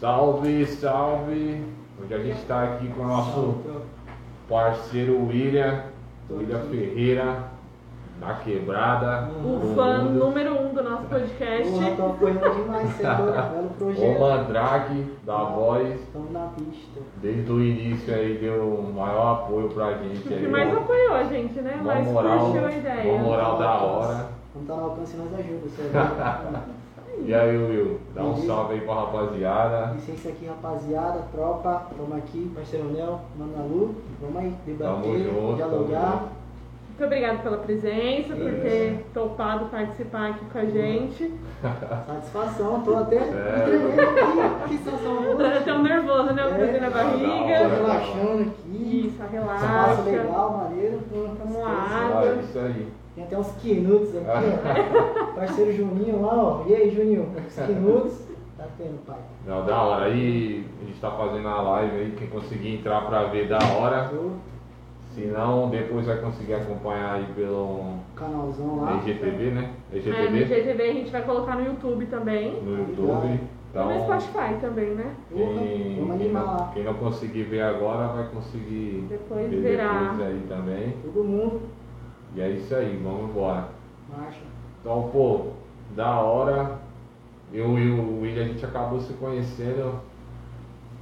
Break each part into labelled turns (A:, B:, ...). A: Salve, salve! Hoje a gente está aqui com o nosso parceiro William, William Ferreira, da Quebrada.
B: O
A: do
B: fã
A: mundo.
B: número um do nosso podcast.
C: Porra, eu tô correndo demais, você é doido, pelo
A: O
C: projeto.
A: Mandrake, da Voz,
C: Estamos na pista.
A: desde o início aí deu o maior apoio pra gente.
B: O
A: aí,
B: que mais apoiou a gente, né?
A: uma
B: Mais
A: moral,
B: curtiu a ideia. né?
A: uma moral da hora.
C: Quando tá no alcance, nós ajuda, você é doido.
A: E aí, Will, dá um
B: Uhum.
C: Beleza.
A: salve aí pra rapaziada.
C: Licença aqui, rapaziada, tropa, tamo aqui, parceiro Léo, mano Lu, vamos aí,
A: Tamo
C: debater,
A: junto, tamo
C: dialogar.
B: Muito obrigada pela presença, por
A: É.
B: ter topado participar aqui com a gente.
C: Satisfação, tô até
A: É.
C: tremendo aqui, que sensação boa.
B: Tá tão nervoso, né? O friozinho na
C: É.
A: Da
C: Tô
A: hora.
B: barriga.
C: relaxando aqui,
B: Isso,
C: passa
B: relaxa.
C: legal, maneiro. pô,
B: Vamos
C: esquece.
B: lá.
A: Ah, é isso aí.
C: Tem até uns quinutos aqui, ó. Parceiro Juninho lá, ó. E aí, Juninho? Os quinutos. Tá tendo, pai.
A: Não, da hora. Aí a gente tá fazendo a live aí, quem conseguir entrar pra ver da hora.
C: Tô,
A: Se não, depois vai conseguir acompanhar aí pelo
C: canalzão lá.
A: IGTV, né?
B: É, no
A: IGTV,
B: IGTV a gente vai colocar no YouTube também.
A: no YouTube. Então,
B: E no Spotify também, né?
C: Porra,
A: quem,
C: vamos
A: quem
C: animar
A: não,
C: lá.
A: quem não conseguir ver agora vai conseguir
B: Depois
A: ver
B: verá.
A: depois aí também.
C: Todo mundo.
A: E é isso aí, vamos embora.
C: Marcha.
A: Então, pô, da hora. Eu e o William, a gente acabou se conhecendo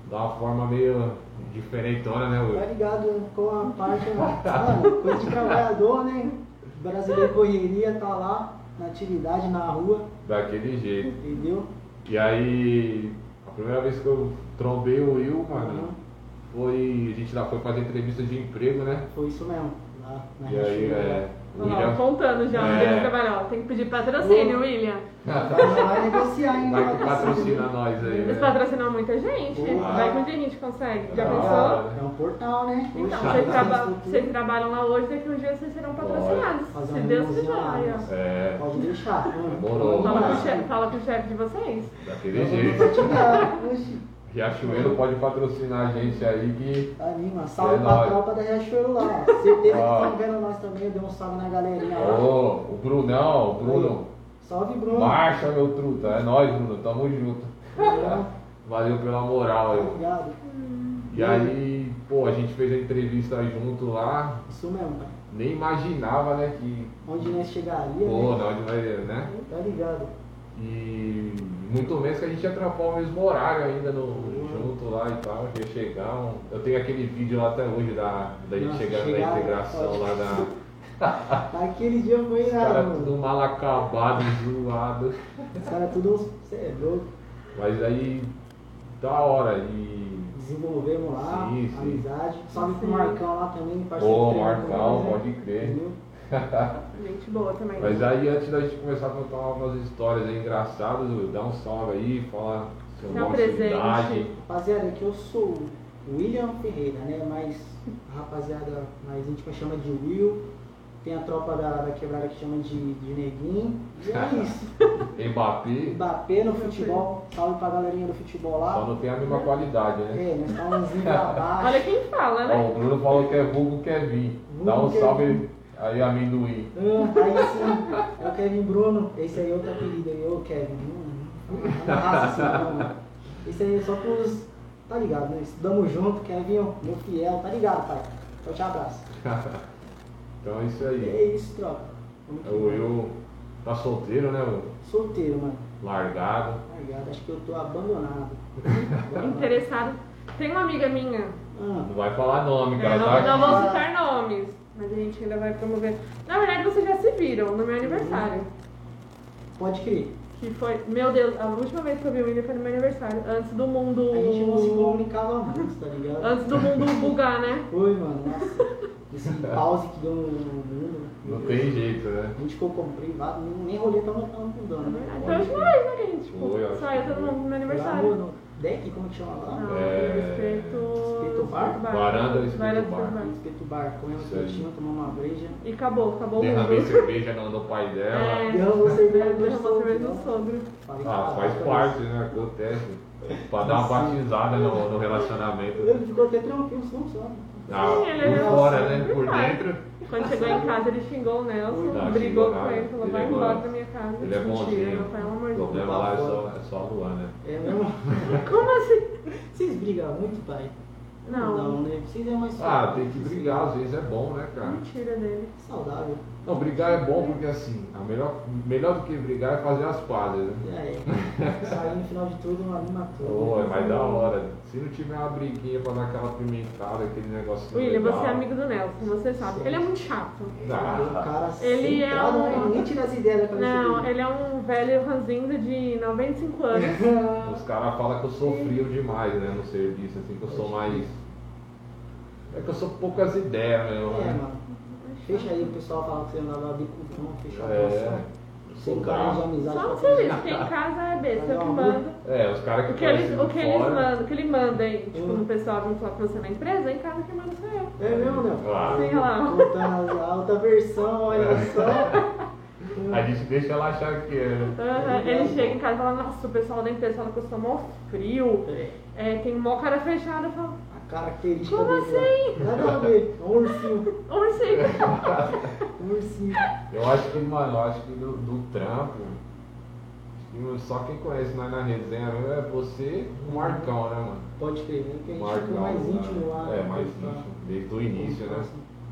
A: de uma forma meio diferentona, né,
C: Tá
A: Will?
C: ligado com a parte. né? Mano, coisa de trabalhador, né? Brasileiro correria, tá lá, na atividade, na rua,
A: Daquele jeito.
C: entendeu?
A: E aí, a primeira vez que eu trombei o Will, mano,
C: Uhum.
A: foi. A gente lá foi fazer entrevista de emprego, né?
C: Foi isso mesmo. Lá na
A: E aí,
C: Riachuelo.
A: é. O
B: Olha lá,
A: William.
B: ó, contando já,
A: É.
B: William Trabalhar. Tem que pedir patrocínio,
C: Ô.
B: William.
C: Vai, Tá, vai tá negociar ainda.
A: Vai que patrocina nós aí,
B: Eles
A: né?
B: patrocinam muita gente.
C: Boa.
B: Vai que um dia a gente consegue. Já
A: Da
B: pensou?
A: hora.
C: É um portal, né?
B: Então,
C: Poxa,
B: vocês, traba-
C: estrutura.
B: vocês trabalham lá hoje, daqui um dia vocês serão patrocinados.
C: Fazer
B: Se
C: uma
B: Deus quiser.
C: reuniãozinha lá,
B: olha.
C: né?
A: É,
C: Pode deixar. Hum.
A: Demorou.
B: Fala com,
C: Vamos
B: o
C: lá.
B: chefe, fala com o chefe de vocês.
A: daquele jeito.
C: Oxi,
A: Riachuelo pode patrocinar a gente aí que.
C: anima.
A: É
C: Tá Salve pra
A: nóis.
C: tropa da Riachuelo lá. ó. Certeza
A: Ó.
C: que estão vendo nós também. Eu dei um salve na galerinha lá.
A: Ô, o Brunão, o Bruno.
C: Salve, Bruno.
A: Marcha, meu truta. É nóis, Bruno. Tamo junto.
C: Obrigado.
A: Valeu pela moral aí.
C: Obrigado.
A: E aí, pô, a gente fez a entrevista junto lá.
C: Isso mesmo, pai.
A: Nem imaginava, né, que.
C: Onde nós chegaria,
A: Pô,
C: né?
A: na onde vai, né?
C: Tá ligado?
A: E muito menos que a gente ia trampar o mesmo horário ainda no, junto lá e tal, ia chegar. um- Eu tenho aquele vídeo lá até hoje da, da gente
C: Nossa,
A: chegando na
C: chegaram,
A: integração lá da.
C: Aquele dia foi irado,
A: Cara,
C: mano.
A: tudo mal acabado, zoado.
C: Os caras tudo... Você é louco.
A: Mas aí, da hora. E.
C: Desenvolvemos lá.
A: Sim, sim.
C: Amizade. Salve pro
B: Sim.
C: Marcão lá também. parceiro
A: Ô,
C: que treinou com
A: Marcão,
C: nós, né?
A: pode crer.
C: Entendeu?
B: Gente boa também. né?
A: Mas aí, antes da gente começar a contar algumas histórias aí engraçadas, Will, dá um salve aí, fala seu
B: Se
A: nome, sua
B: apresente.
A: idade.
C: Rapaziada, aqui eu sou o William Ferreira, né? Mas a rapaziada mais íntima chama de Will. Tem a tropa da, da quebrada que chama de, de Neguinho. E é isso.
A: Mbappé,
C: Mbappé no futebol. Salve pra galerinha do futebol
A: só
C: lá.
A: não tem a mesma qualidade, né?
C: É, nós estamos indo pra
A: é.
C: baixo.
B: Olha quem fala, né?
A: Ó, o Bruno falou que é vulgo Kevin.
C: Vulgo
A: Dá um
C: Kevin.
A: salve aí, amendoim.
C: Ah, aí sim, é o Kevin Bruno. Esse aí é outro apelido aí, ô Kevin. Hum, Não, não, não raça assim, não, mano. Esse aí é só pros. Tá ligado, né? Estudamos junto, Kevin, meu fiel. Tá ligado, pai? Então te abraço.
A: Então é isso aí.
C: É isso, tropa. Vamos que
A: É O Will tá solteiro, né, Will?
C: Solteiro, mano.
A: Largado.
C: Obrigado, acho que eu tô abandonado.
B: Interessado. Tem uma amiga minha.
C: Ah,
A: Não vai falar nome, cara,
B: Eu É, não, não
A: tá?
B: vou citar nomes. Mas a gente ainda vai promover. Na verdade, vocês já se viram no meu aniversário.
C: pode crer.
B: Que foi, meu Deus, a última vez que eu vi o William foi no meu aniversário. Antes do mundo.
C: A gente não se comunicava muito, tá ligado?
B: Antes do mundo bugar, né?
C: Foi, mano, nossa. Esse pause que deu no no mundo. meu
A: Não
C: Deus.
A: tem jeito, né?
C: A gente ficou com privado, nem nem rolê tava tava
B: Na
C: dando, né?
B: verdade. Foi a última vez, né, que a gente
A: Foi,
B: tipo,
A: acho
B: saiu
A: que
B: todo
A: foi.
B: mundo no meu
C: Lá
B: aniversário.
C: no no deck, como que chama lá?
B: Não,
A: É.
B: espeto...
C: Espeto bar?
A: Varanda do espeto
B: Varanda do
A: bar.
B: espeto
C: No espeto bar, comemos
A: Isso aí.
C: quentinho, tomamos uma breja.
B: E acabou, acabou o
A: Derramei
B: mundo.
A: cerveja no, no pai dela.
B: É.
C: Derramou cerveja no
B: Derramou
C: sogro.
B: cerveja no sogro.
C: Falei,
A: Ah,
C: "Caraca,
A: faz
C: olha
A: parte, né? Acontece. Pra dar uma batizada no, no
C: isso."
A: relacionamento.
C: Ele ficou até tranquilo, só não sabe.
A: Ah,
B: Sim, ele é
A: por fora,
B: relação-
A: né?
B: por
A: Por
B: fora.
A: dentro.
B: Quando chegou em casa, ele xingou o Nelson,
A: Não,
B: brigou
A: Tá, xingou
B: com
A: nada.
B: ele, falou:
A: Ele
B: vai
A: é
B: embora
A: bom.
B: da minha casa.
A: Ele é
B: Mentira,
A: bonzinho.
B: meu pai, pelo amor
A: O
B: de Deus.
A: problema lá é só, é só a Luan, né?
C: É mesmo?
B: Como assim?
C: Vocês brigam muito, pai?
B: Não.
C: Não, né? Vocês é mais
A: Ah,
C: saudável.
A: tem que brigar, às vezes é bom, né, cara?
B: Mentira dele.
C: É Saudável.
A: Não, brigar é bom porque assim, a melhor, melhor do que brigar é fazer as quadras, né?
C: É. Sair no final de tudo, uma me matou.
A: Pô, é mais da hora. Se não tiver uma briguinha pra dar aquela pimentada, aquele negócio.
B: William,
A: legal.
B: você é amigo do Nelson, você sabe. Ele é muito chato.
C: O
A: Ah,
C: cara
B: Ele
C: centrado,
B: é um-
C: né? Nem tira as ideias da cabeça
B: Não, é
C: dele.
B: ele é um velho ranzinza de 95 anos. Ah.
A: Os caras falam que eu sou frio demais, né, no serviço, assim, que eu sou mais. É que eu sou poucas ideias mesmo,
C: É,
A: né?
C: mano. Fecha aí, o pessoal fala que você andava bicudão, fecha a
A: É,
C: relação. Sem cara de
A: sou
C: amizade.
B: Só
C: pra
B: um serviço,
C: você.
B: porque em casa é besta, eu que mando.
A: é, os caras
B: O
A: que
B: que, eles,
A: conhecem
B: o
A: de
B: que eles
A: fora-
B: mandam, o que ele manda aí, tipo,
C: Hum.
B: no pessoal vir falar pra você na empresa, em casa que manda sou eu.
C: É mesmo, né?
A: Ah.
B: Sei lá.
C: Voltando à alta versão, olha
A: É.
C: só.
A: A gente deixa ela achar que é. né?
B: Aham, Então, Ele chega em casa e fala, nossa, o pessoal da empresa fala que eu sou mó frio, é, tem mó cara fechada, eu falo,
C: A característica
B: Como
C: dele. Como assim? Nada a ver. É um ursinho.
B: onde você
A: É.
C: Um ursinho.
A: Eu acho que, mano, eu acho que do, do trampo, acho que só quem conhece nós na resenha mesmo é você e o Marcão, né, mano?
C: Pode crer, né? Porque a
A: O
C: gente ficou mais
A: né?
C: íntimo lá.
A: É, mais
C: Tá.
A: íntimo. Desde o início, né?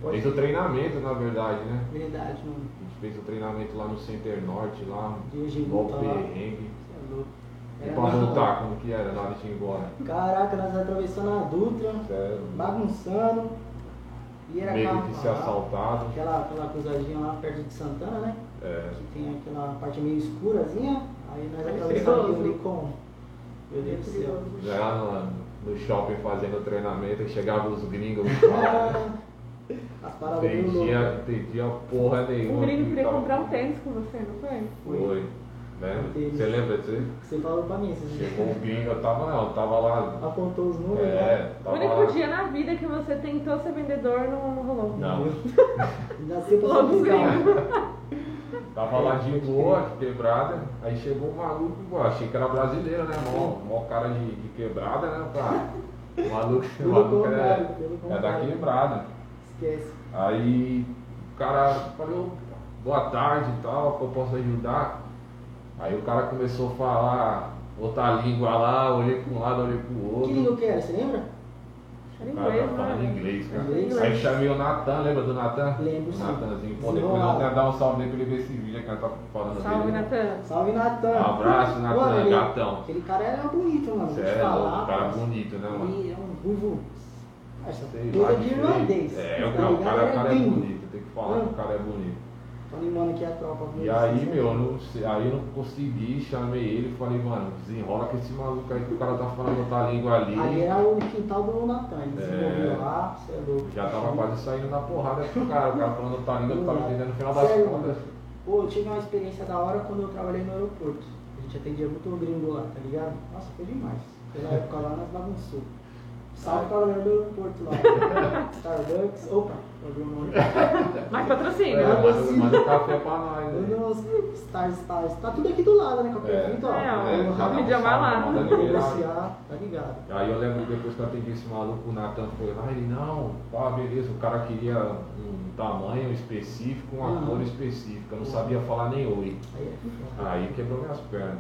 C: Pode
A: Desde o
C: crer.
A: treinamento, na verdade, né?
C: Verdade, mano.
A: A gente fez o treinamento lá no Center Norte, lá,
C: De hoje em
A: mó
C: dia tá lá.
A: perrengue.
C: Você é louco.
A: E
C: Era
A: pra
C: muito
A: voltar, como que era? Lá de embora.
C: bom. Caraca, nós atravessando a Dutra, bagunçando. E era
A: Medo
C: carro
A: de ser
C: pra lá.
A: assaltado.
C: Aquela, aquela cruzadinha lá perto de Santana, né?
A: É.
C: que tem aquela parte meio escurazinha, aí nós
B: É
C: atravessamos
B: perigoso.
C: aquilo ali com.
B: É
C: Meu Deus do céu.
A: Já era no, no shopping fazendo treinamento, aí chegava os gringos,
C: Ah, As paradas meio loucas.
A: entendia, entendia porra nenhuma.
B: O gringo
A: que
B: queria
A: tava-
B: comprar um tênis com você, não foi?
A: Foi. Né?
C: Tênis.
A: Você lembra disso?
C: que Você falou pra mim, você
A: Chegou o gringo, eu tava, eu tava lá.
C: apontou os números. né?
A: É,
B: O
A: tava lá.
B: único dia na vida que você tentou ser vendedor não, não rolou.
A: Não.
C: Ainda sei pra
B: Logo
C: você
B: gringo.
A: Tava lá de boa, de quebrada, aí chegou um maluco, pô, achei que era brasileiro, né? Mó, mó cara de, de quebrada, né? Pra... O maluco, o
C: Pelo
A: maluco
C: contrário, pelo
A: é, é da
C: contrário.
A: quebrada.
C: Esquece.
A: Aí o cara falou, boa tarde e tal, que eu posso ajudar. Aí o cara começou a falar outra língua lá, olhei pra um lado, olhei pro
C: Que língua
A: outro.
C: que era, você lembra?
B: Era
A: O cara tá
B: inglês,
A: falando
B: né?
A: inglês, cara.
C: Inglês.
A: Aí chamei o Natan, lembra do Natan?
C: Lembro,
A: O
C: sim.
A: Natanzinho. Pô, depois eu vou até dar um salve nele pra ele ver esse vídeo que ela tá falando
B: Salve,
A: dele.
B: Natan.
C: Salve Natan.
A: Um Abraço, Natan,
C: Mano, ele-
A: gatão.
C: Aquele cara era bonito, mano.
A: Cê
C: vou te
A: é louco,
C: falar,
A: cara
C: parça.
A: bonito, né, mano?
C: Ele é um ruivo. Essa
A: Sei
C: coisa
A: lá,
C: de
A: diferente.
C: irlandês.
A: É,
C: tá
A: o cara, o
C: ligado?
A: cara, o cara é
C: gringo.
A: bonito, tem que falar que o cara é bonito.
C: Tô animando aqui a tropa.
A: E aí, meu, eu não, sei- aí eu não consegui, chamei ele e falei, mano, desenrola com esse maluco aí que o cara tá falando outra língua ali.
C: Ali era o quintal do Natan, ele se
A: É.
C: moveu lá, você é louco.
A: Já tava quase saindo na porrada com o cara, o cara falando "Tá outra língua, eu tava entendendo no final das
C: Sério,
A: contas.
C: mano. Pô, eu tive uma experiência da hora quando eu trabalhei no aeroporto. A gente atendia muito gringo lá, tá ligado? Nossa, foi demais. Pela época lá, nós bagunçou. Salve o cavaleiro do aeroporto lá. Starbucks. Opa, um ouviu o nome.
B: Mas
A: É,
B: patrocínio.
C: não
A: mas,
C: consigo.
A: mas o café pra nós, né?
C: Nossa, Star, Star, tá tudo aqui do lado, né? Qualquer
A: É,
C: é, ó.
B: é,
A: já
C: Vamos
A: dá
C: rápido,
A: um
B: Mídia vai lá.
A: salve, manda liberar.
C: negociar, tá ligado?
A: Aí eu lembro que depois que eu atendi esse maluco, o Natan foi lá, ele, não, pá, beleza, o cara queria um tamanho específico, uma
C: Uhum.
A: cor específica, eu não sabia falar nem oi.
C: Aí é foda.
A: Aí quebrou minhas pernas.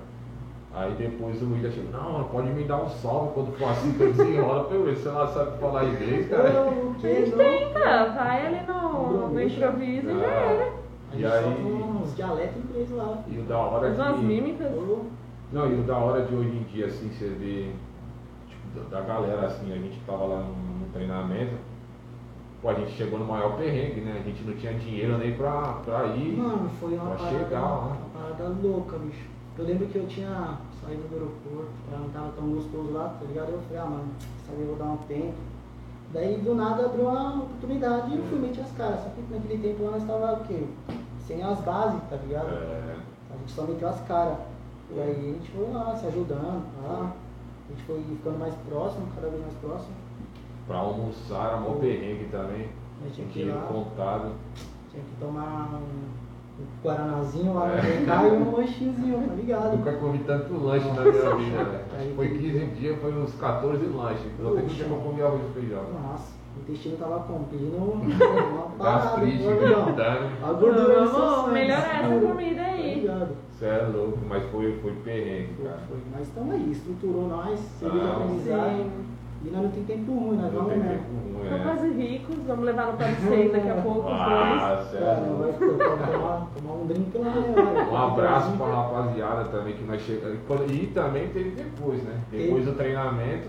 A: Aí depois o William chegou, não, mano, pode me dar um salve quando for assim que eu desenrola pra eu ver se ela sabe falar inglês, cara.
C: Não, o
B: A gente
C: que não?
B: tenta, vai ali no, no improviso e já era.
A: Ah,
C: A
A: E
C: gente só tem
A: aí,
C: uns dialetos ingleses lá.
A: e o da hora
B: Faz umas
A: que.
B: mímicas.
C: Ô,
A: Não, e o da hora de hoje em dia, assim, você vê, tipo, da da galera, assim, a gente tava lá no, no treinamento, pô, a gente chegou no maior perrengue, né? A gente não tinha dinheiro nem pra, pra ir.
C: Mano, foi
A: Pra
C: uma parada,
A: chegar lá.
C: uma parada louca, bicho. Eu lembro que eu tinha saído do aeroporto, já não tava tão gostoso lá, tá ligado? Eu falei, ah, mano, sabe, eu vou dar um tempo. Daí do nada abriu uma oportunidade e eu fui meter as caras. Só que naquele tempo lá nós tava o quê? Sem as bases, tá ligado?
A: É,
C: A gente só meteu as caras. E aí a gente foi lá, se ajudando, lá. A gente foi ficando mais próximo, cada vez mais próximo.
A: pra almoçar era mó perrengue também.
C: A gente tinha que ir
A: Dinheiro
C: lá,
A: contado.
C: tinha que tomar um, um guaranazinho lá no
A: É.
C: mercado e um lanchinzinho, tá ligado?
A: Nunca comi tanto lanche na minha vida, velho. Acho que Foi 15 dias, foi uns 14 lanches. Eu até que eu comi arroz e feijão.
C: Nossa, O intestino tava como? Pedindo
A: Hum.
C: uma parada.
A: Gastrite,
C: gordão.
A: gritando.
C: A gordura é
B: Meu amor, melhora essa comida
C: Tá
B: aí.
C: ligado?
A: Você é louco, mas foi, foi perrengue,
C: Foi,
A: cara.
C: foi. Mas estamos aí, estruturou nós, serviu de
A: Ah,
C: aprendizagem.
B: Sim.
C: E nós não tem tempo ruim, nós
A: Eu
C: vamos,
A: tenho
C: né?
A: tempo ruim,
B: Estão
A: é.
B: quase ricos, vamos levar no passeio daqui a pouco. os dois.
A: Ah,
C: É, não,
A: sério.
C: vai ficar- tomar, tomar um drink lá, né? velho?
A: Um abraço pra rapaziada também que nós chegamos. E também teve depois, né? Depois do treinamento,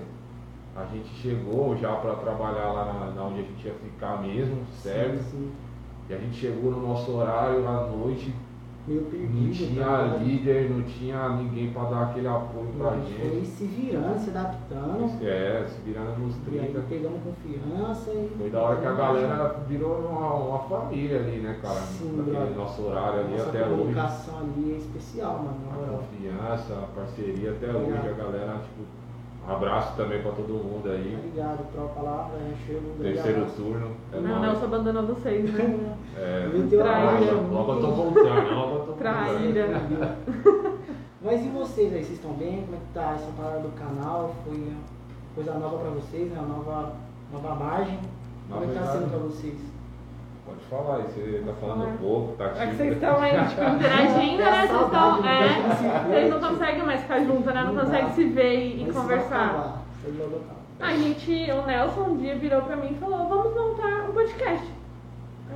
A: a gente chegou já pra trabalhar lá na, na onde a gente ia ficar mesmo, certo?
C: Sim, sim.
A: E a gente chegou no nosso horário à noite,
C: Meio
A: não
C: perdido. tá
A: tinha
C: ligado?
A: líder, não tinha ninguém pra dar aquele apoio pra
C: Nós foi
A: gente.
C: se virando, se adaptando.
A: É, se virando nos
C: E aí
A: 30.
C: pegamos confiança e.
A: Foi da hora que a galera virou uma, uma família ali, né, cara?
C: Sim,
A: Naquele
C: brother.
A: nosso horário ali
C: Nossa
A: até hoje.
C: comunicação ali é especial, mano. Na
A: A
C: moral.
A: confiança, a parceria até hoje, a galera, tipo, um abraço também pra todo mundo aí.
C: Obrigado, tropa lá, velho. Chego.
A: Terceiro turno. É
B: Não,
A: nóis.
B: Nelson abandonou vocês, né?
A: É,
C: Meu Deus,
A: traíra.
C: olha,
A: Logo eu tô
C: muito-
A: voltando, logo eu tô voltando.
B: Traíra.
C: Mas e vocês aí? Vocês estão bem? Como é que tá essa parada do canal? Foi coisa nova pra vocês, né? Uma Nova, nova margem.
A: Na
C: Como é que tá
A: verdade-
C: sendo pra vocês?
A: Pode falar aí, você tá
B: É.
A: falando pouco, tá
B: É que
A: tímido.
B: vocês estão aí, tipo, interagindo, né? Vocês estão. É, vocês não conseguem mais ficar juntos, né? Não conseguem se ver e, e
C: Mas isso vai
B: conversar.
C: acabar, isso aí vai acabar.
B: A gente, o Nelson um dia virou pra mim e falou, vamos montar um podcast.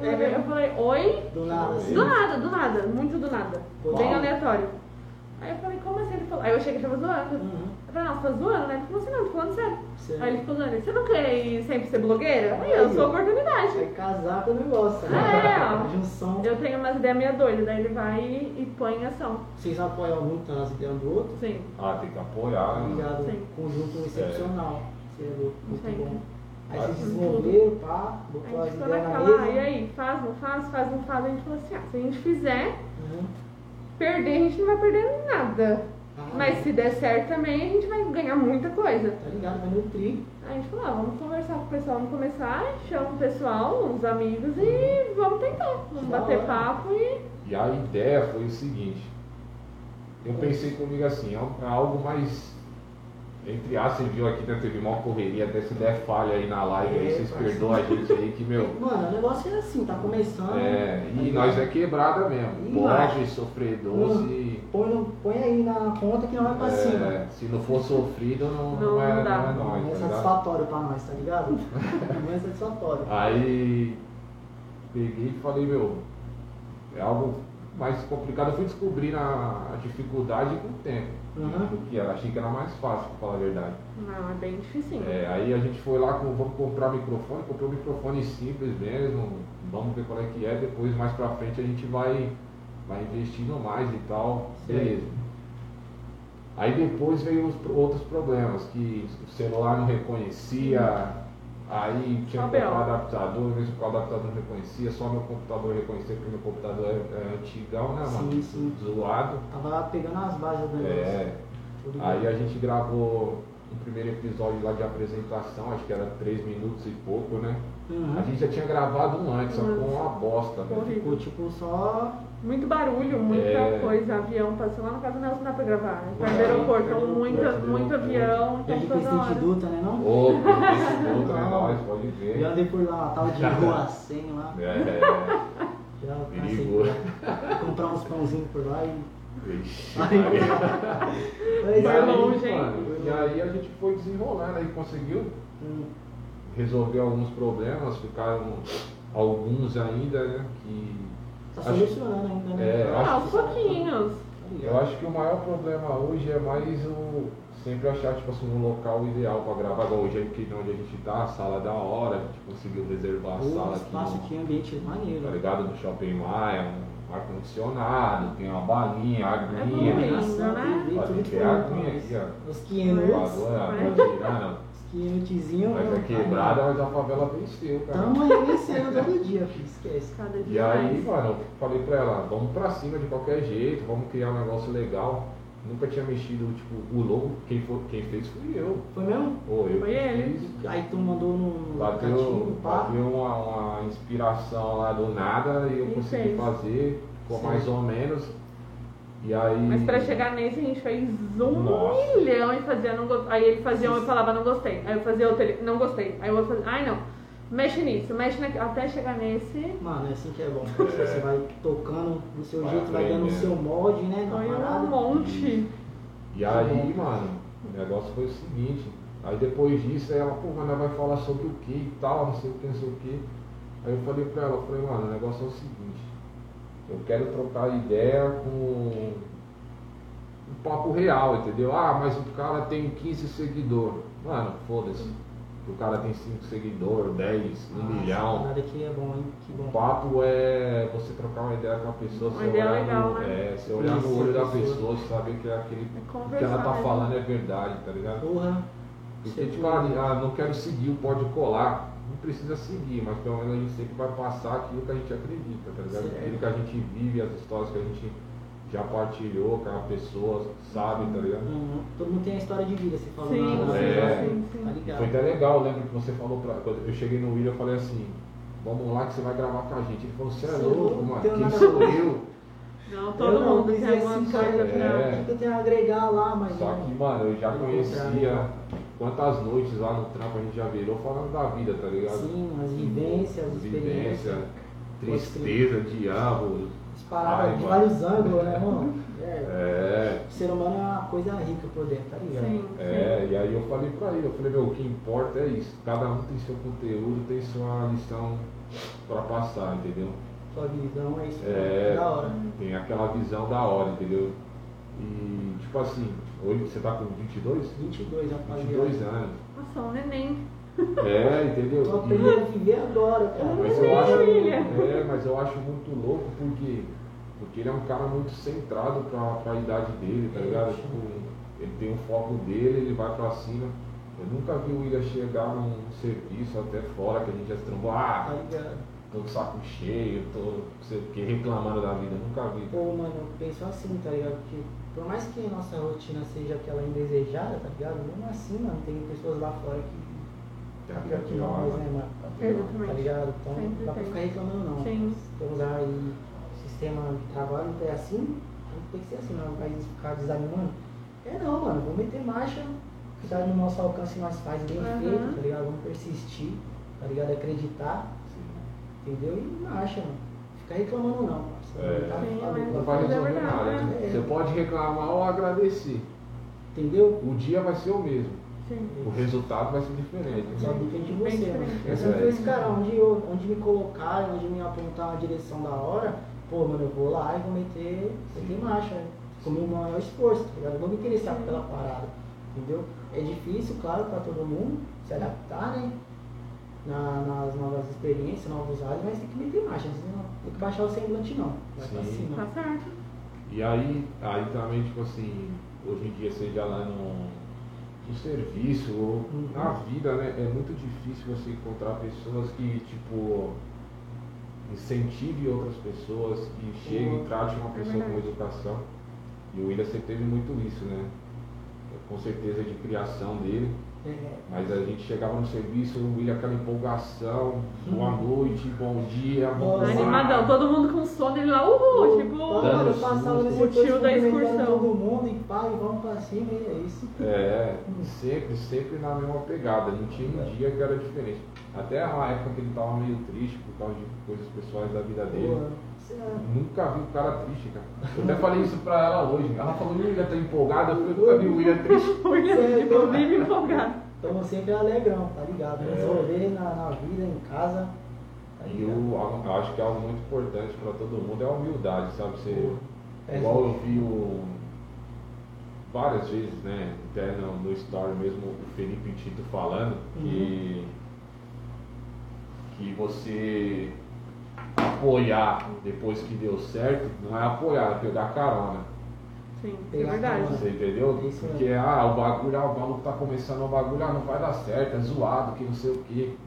B: Aí
C: É.
B: Eu falei, oi?
C: Do nada, assim.
B: Do nada, do nada, muito do nada.
C: Uau.
B: Bem aleatório. Aí eu falei, como assim? Ele falou. Aí eu achei que ele tava zoando.
C: Uhum.
B: Eu falei, não, você tá zoando, né? Ele falou assim, não, tô falando sério.
C: Sério.
B: Aí ele ficou zoando, você não quer ir sempre ser blogueira? Aí eu sou a oportunidade.
C: Vai casar com o negócio. né?
B: É, ó.
C: Junção.
B: Eu tenho umas ideias meio doidas, daí ele vai e, e põe em ação.
C: Vocês apoiam muito as ideias do outro.
B: Sim.
A: Ah, tem que apoiar. né?
C: Obrigado.
B: Sim.
C: Conjunto excepcional. Você é louco, muito
B: Sim.
C: bom. Aí
A: Vai.
C: vocês desenvolveram, pá,
B: A
C: botou
B: gente
C: as
B: ficou
C: ideias na
B: naquela, ah, e
C: mesa.
B: aí, faz, não faz, faz, não faz, a gente falou assim, ah, se a gente fizer,
C: Uhum.
B: perder, a gente não vai perder nada.
C: Ah,
B: Mas se der certo também, a gente vai ganhar muita coisa.
C: Tá ligado, vai nutrir.
B: Aí a gente falou, ah, vamos conversar com o pessoal, vamos começar, chama o pessoal, uns amigos e vamos tentar. Vamos
C: Da
B: bater
C: hora.
B: papo e
A: E a ideia foi o seguinte. Eu pensei comigo assim, é um- é algo mais. Entre aspas, você viu aqui, né? Teve uma correria, até se der falha aí na live aí,
C: É,
A: vocês
C: parceiro.
A: perdoam a gente aí que, meu.
C: Mano, o negócio é assim, tá começando. Tá
A: É, e nós é quebrada
C: Ih,
A: mesmo.
C: lá.
A: Pode sofrer doce.
C: Põe, no- põe aí na conta que não vai Tá pra cima.
A: É, se não for sofrido, não,
B: Não,
A: não, é,
B: não dá.
A: não é
C: Não, é
A: nóis, tá ligado?
C: satisfatório pra nós, tá ligado? Não é satisfatório.
A: Aí peguei e falei, meu, é algo mais complicado. Eu fui descobrir a, a dificuldade com o tempo.
C: Uhum.
A: Do que era. Achei que era mais fácil, pra falar a verdade.
B: não, é bem difícil.
A: É, aí a gente foi lá, com, vamos comprar microfone, comprou um microfone simples mesmo, vamos ver qual é que é, depois mais pra frente a gente vai, vai investindo mais e tal,
C: Sim.
A: beleza. Aí depois veio os pro- outros problemas, que o celular não reconhecia, aí tinha
B: Só
A: que comprar
B: B.O..
A: adaptador, mesmo que o adaptador não reconhecia, só meu computador reconhecia, porque meu computador é, é antigão, né, mano?
C: Sim, sim.
A: Zoado.
C: Tava pegando as bases do negócio.
A: É,
C: Tudo
A: Aí
C: bem.
A: a gente gravou o primeiro episódio lá de apresentação, acho que era 3 minutos e pouco, né?
C: Uhum.
A: A gente já tinha gravado um antes, só com uma bosta, né?
B: Horrível.
C: Ficou tipo só.
B: Muito barulho, muita
A: É.
B: coisa. Avião passou lá na casa do Nelson, não dá pra gravar. Vai
A: É,
B: pro aeroporto, então,
A: aeroporto,
B: muita,
A: aeroporto.
B: muito avião,
C: E
B: então
C: aí
B: toda
C: foi
B: hora.
C: duta, né não?
A: Ô, esse outro é nóis, pode
C: Eu
A: ver.
C: andei por lá, uma tal de rua 100 lá.
A: É,
C: Já passei por
A: perigo.
C: lá. Comprar uns pãozinhos por lá e.
A: Ixi, Maria.
C: Mas é
A: E
B: Foi
A: aí,
B: é longe, hein?
A: mano, E aí a gente foi desenrolando, aí conseguiu
C: hum,
A: resolver alguns problemas, ficaram alguns ainda, né? Que
C: Tá
A: Acho-
C: solucionando ainda, né?
A: É, eu
B: Ah,
A: acho
B: aos pouquinhos.
A: Eu acho que o maior problema hoje é mais o sempre achar tipo assim, um local ideal para gravar. Igual hoje aqui onde a gente tá, a sala é da hora, a gente conseguiu reservar a
C: Pô,
A: sala aqui,
C: espaço
A: no,
C: aqui, é um ambiente
A: tá
C: maneiro.
A: ligado? No Shopping Maia, um ar-condicionado, tem uma balinha, aguinha,
B: lindo,
C: Iluminação,
B: É né?
C: TV,
A: Olha,
C: tudo
A: tem
C: bom,
A: água
C: mas
A: aqui, ó.
C: Os
A: coador,
C: quinhentos,
A: a um
B: né?
A: tirana.
C: os quinhentezinhos.
A: Mas é quebrada, mas a favela venceu, cara.
C: né? Tamo aí vencendo todo dia, filho, esquece.
B: Cada
A: E
B: dia
A: aí,
B: mais.
A: mano, eu falei pra ela, vamos pra cima de qualquer jeito, vamos criar um negócio legal. Nunca tinha mexido, tipo, o logo, quem, foi, quem fez fui eu.
C: Foi mesmo?
A: Ô, eu
B: Foi
A: que
B: ele.
A: fiz.
C: Aí tu mandou no
A: Bateu,
C: aplicativo, pá.
A: bateu uma, uma inspiração lá do nada e eu
B: Ele
A: consegui
B: fez.
A: fazer, ficou
C: Sim.
A: mais ou menos. E aí.
B: Mas pra chegar nesse, a gente fez um
A: Nossa.
B: milhão e fazia não gostei. Aí ele fazia um, eu falava não gostei. Aí eu fazia outro, ele não gostei. Aí eu outro fazia, ai não. Mexe nisso, mexe na... até chegar nesse.
C: Mano, é assim que é bom. Você vai tocando do seu
A: Vai
C: jeito, vai dando o
A: aprendendo.
C: seu molde, né? Na
B: Foi
C: parada.
B: um monte.
A: E aí, mano, o negócio foi o seguinte. Aí depois disso, aí ela, pô, mas ela vai falar sobre o que e tal, não sei o que, não sei o que. Aí eu falei pra ela, eu falei, mano, o negócio é o seguinte. Eu quero trocar ideia com um papo real, entendeu? Ah, mas o cara tem 15 seguidores. Mano, foda-se. O cara tem 5 seguidores, 10, 1
C: Nossa,
A: milhão.
C: Nada que é bom, hein? Que
A: O
C: bom.
A: papo é você trocar uma ideia com a pessoa,
B: Uma
A: você
B: ideia
A: olhar,
B: legal,
A: no,
B: né?
A: é, você olhar
C: Isso,
A: no olho da
C: pessoa.
A: pessoa, saber que é aquele
B: É
A: o que ela
B: conversar,
A: tá
B: né?
A: falando é verdade, tá ligado?
C: Porra.
A: Porque,
C: Você
A: tipo, ah, ah, não quero seguir o pode colar. Não precisa seguir, mas pelo menos a gente sempre vai passar aquilo que a gente acredita, tá ligado?
C: Certo.
A: Aquilo que a gente vive, as histórias que a gente já partilhou com a pessoa, sabe, tá ligado?
C: Uhum. Todo mundo tem a história de vida, você falou.
B: Sim,
C: né?
A: É.
B: sim, sim,
A: Foi
C: Tá
B: sim.
C: ligado?
A: até legal, eu lembro que você falou pra. Quando eu cheguei no William, eu falei assim, vamos lá que você vai gravar com a gente. Ele falou, você é
C: Cê é
A: louco,
C: louco,
A: mano,
C: tem
A: quem
C: nada a
A: sou
C: ver."
A: eu?
B: Não, todo
C: Eu não,
B: mundo
C: mas
B: tem
C: é
B: alguma
C: assim,
B: coisa
C: cara,
B: pra.
A: É.
C: O que eu tenho a agregar lá, mas. né?
A: Só que, mano, eu já
C: Pelo
A: conhecia
C: contrário.
A: quantas noites lá no trampo a gente já virou falando da vida, tá ligado?
C: Sim, as vivências, as
A: Vivência,
C: experiências.
A: tristeza, diabo.
C: As paradas de
A: Raiva.
C: vários ângulos, né, mano? É.
A: É,
C: O ser humano é uma coisa rica por dentro, tá ligado?
B: Sim, sim.
A: é, e aí eu falei pra ele, eu falei, meu, o que importa é isso, cada um tem seu conteúdo, tem sua lição pra passar, entendeu?
C: Sua visão é isso.
A: É.
C: Da hora.
A: Tem aquela visão da hora, entendeu? E tipo assim, hoje você tá com 22?
C: 22, rapaziada.
A: 22 anos.
B: Nossa, um neném.
A: É, entendeu?
C: Tô
A: E-
C: aprendendo a viver agora, cara.
A: Mas eu acho,
B: Filha.
A: é, mas eu acho muito louco porque, porque ele é um cara muito centrado pra, pra idade dele, tá ligado? Tipo, ele tem o foco dele, ele vai pra cima. Eu nunca vi o William chegar num serviço até fora que a gente já se trombou,
C: Tá
A: ah,
C: ligado?
A: tô com o saco cheio, tô não sei o que, reclamando da vida, nunca vi.
C: Pô, mano, eu penso assim, tá ligado? Porque por mais que a nossa rotina seja aquela indesejada, tá ligado? Mesmo assim, mano, tem pessoas lá fora que
A: Tem a vida
C: pior que nós, né,
A: né?
C: mano? Tá
B: Exatamente.
C: ligado? Então
B: Sempre
C: não dá pra
B: tem.
C: ficar reclamando não.
B: Sim.
C: Temos aí o sistema de trabalho, não é assim? Não tem que ser assim, não. Vai ficar desanimando. É não, mano, vamos meter marcha, o que tá no nosso alcance nós faz bem
B: Aham.
C: feito, tá ligado? Vamos persistir, tá ligado? Acreditar, entendeu? E marcha, mano. Ficar reclamando não, parceiro.
A: É.
C: Não tá
B: Sim,
C: falando,
B: mas-
A: Não vai
B: Mas é
A: resolver
B: verdade,
A: nada.
C: né?
A: Você pode reclamar ou agradecer.
C: Entendeu?
A: O dia vai ser o mesmo.
B: Sim.
A: O resultado vai ser diferente.
C: Só depende é de você, mano.
B: diferente.
C: Eu
A: É.
C: sempre fui esse cara, onde, eu, onde me colocar, onde me apontar uma direção da hora, pô, mano, eu vou lá e vou meter, meter marcha, né? com o meu maior esforço, tá ligado? Eu vou me interessar pela parada, entendeu? É difícil, claro, pra todo mundo se adaptar, né? Na- nas novas experiências, novos áreas, mas tem que meter marcha, senão tem que baixar o semblante não. Vai pra
A: Sim.
C: cima.
B: Tá certo.
A: E aí, aí também, tipo assim, hoje em dia seja lá no, no serviço ou
C: Uhum.
A: na vida, né? É muito difícil você encontrar pessoas que, tipo, incentive outras pessoas, que cheguem e trate uma
B: É
A: pessoa com
B: verdade.
A: educação. E o William sempre teve muito isso, né? Com certeza de criação dele.
B: Tá.
C: É,
A: Mas a gente chegava no serviço, o William aquela empolgação, boa noite, bom dia, vamos lá.
B: Uhum. Animadão, todo mundo com sono, ele lá, uhul,
C: Pô,
B: chegou.
C: mano,
A: Dando
C: eu passava
A: susto.
C: nesse
B: O tio
C: todo,
B: da
C: cumprimentando
B: excursão.
C: todo mundo e pá, e vamos pra cima, e é isso.
A: É, sempre, sempre na mesma pegada. Não tinha um dia que era diferente. Até uma época que ele tava meio triste por causa de coisas pessoais da vida dele.
C: Pô, isso é-
A: Nunca vi o cara triste, cara. Eu até falei isso pra ela hoje. Ela falou, "Ih, o William tá empolgado. Eu falei, nunca vi o William triste.
B: O William, tipo, vive empolgado.
C: Então sempre é alegrão, tá ligado?
A: É.
C: Resolver na, na vida, em casa. Tá
A: E
C: ligado?
A: eu, eu acho que é algo muito importante pra todo mundo é a humildade, sabe? Você,
C: É,
A: igual eu
C: sim.
A: vi o, várias vezes, né? Até no, no story mesmo, o Felipe Tito falando que, que você apoiar depois que deu certo, não é apoiar, é pegar carona.
B: Sim, é verdade.
A: Você entendeu?
C: Isso mesmo.
A: Porque ah, o bagulho, ah, o bagulho tá começando o bagulho, ah, não vai dar certo, é zoado, que não sei o que.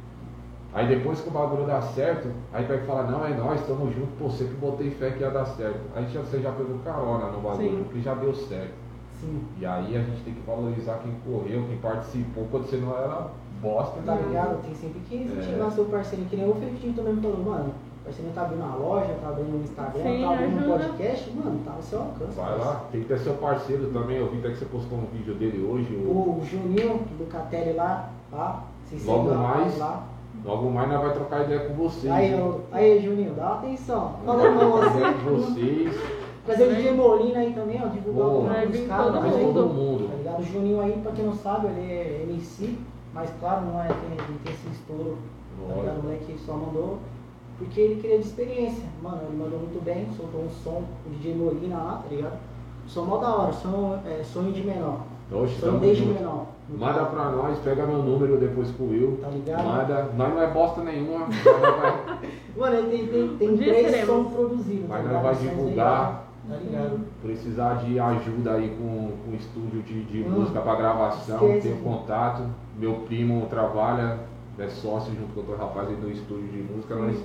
A: Aí depois que o bagulho dá certo, aí vai falar, não, é nós, estamos junto, pô, sempre botei fé que ia dar certo. Aí já- você já pegou carona no bagulho,
B: Sim.
A: porque já deu certo.
C: Sim,
A: E aí a gente tem que valorizar quem correu, quem participou, quando você não era bosta,
C: tá
A: tá
C: ligado? Tem sempre que incentivar
A: É.
C: seu parceiro, que nem o Felipe também me falou, mano, o parceiro tá abrindo uma loja, tá abrindo um Instagram,
B: Sim,
C: tá abrindo um
B: ajuda.
C: podcast, mano, tá no seu alcance.
A: Vai lá, tem que ter seu parceiro também, eu vi até que você postou um vídeo dele hoje, o,
C: O Juninho do Catelli lá, tá? Se
A: Logo
C: segue lá,
A: mais.
C: lá.
A: Logo mais nós vai trocar ideia com vocês.
C: Aí,
A: né?
C: eu- aí, Juninho, dá atenção. Falou não,
A: Ideia
C: você.
A: com vocês.
C: Trazer o DJ Molina aí também, ó, divulgar
A: Boa.
C: o
B: Vai
C: trabalho
B: vir
C: dos caras.
B: todo
A: Mas
C: tá
A: todo
C: Tá
A: mundo.
C: ligado? O Juninho aí, pra quem não sabe, ele é MC, mas claro, não é tem, não tem esse estouro, tá ligado? O
A: Lógico.
C: moleque só mandou porque ele queria de experiência. Mano, ele mandou muito bem, soltou um som, o DJ Molina lá, tá ligado? Som mó da hora, som, é, sonho de menor.
A: Nós
C: Sonho
A: estamos
C: desde
A: juntos.
C: um menor.
A: Manda pra nós, pega meu número depois com o Will.
C: Tá ligado?
A: Manda. Nós não é bosta nenhuma. mas nós vai-
C: Mano, ele tem, tem, tem
B: Um dia
C: três
B: seremos.
C: sons produzidos.
A: Mas
C: tá
A: nós
C: ligado?
A: vai
C: Sons aí,
A: divulgar.
C: Tá ligado?
A: Precisar de ajuda aí com, com estúdio de, de
C: Hum.
A: música pra gravação,
C: Esquece.
A: tenho contato. Meu primo trabalha, é sócio junto com outro rapaz aí do estúdio de música. Nós,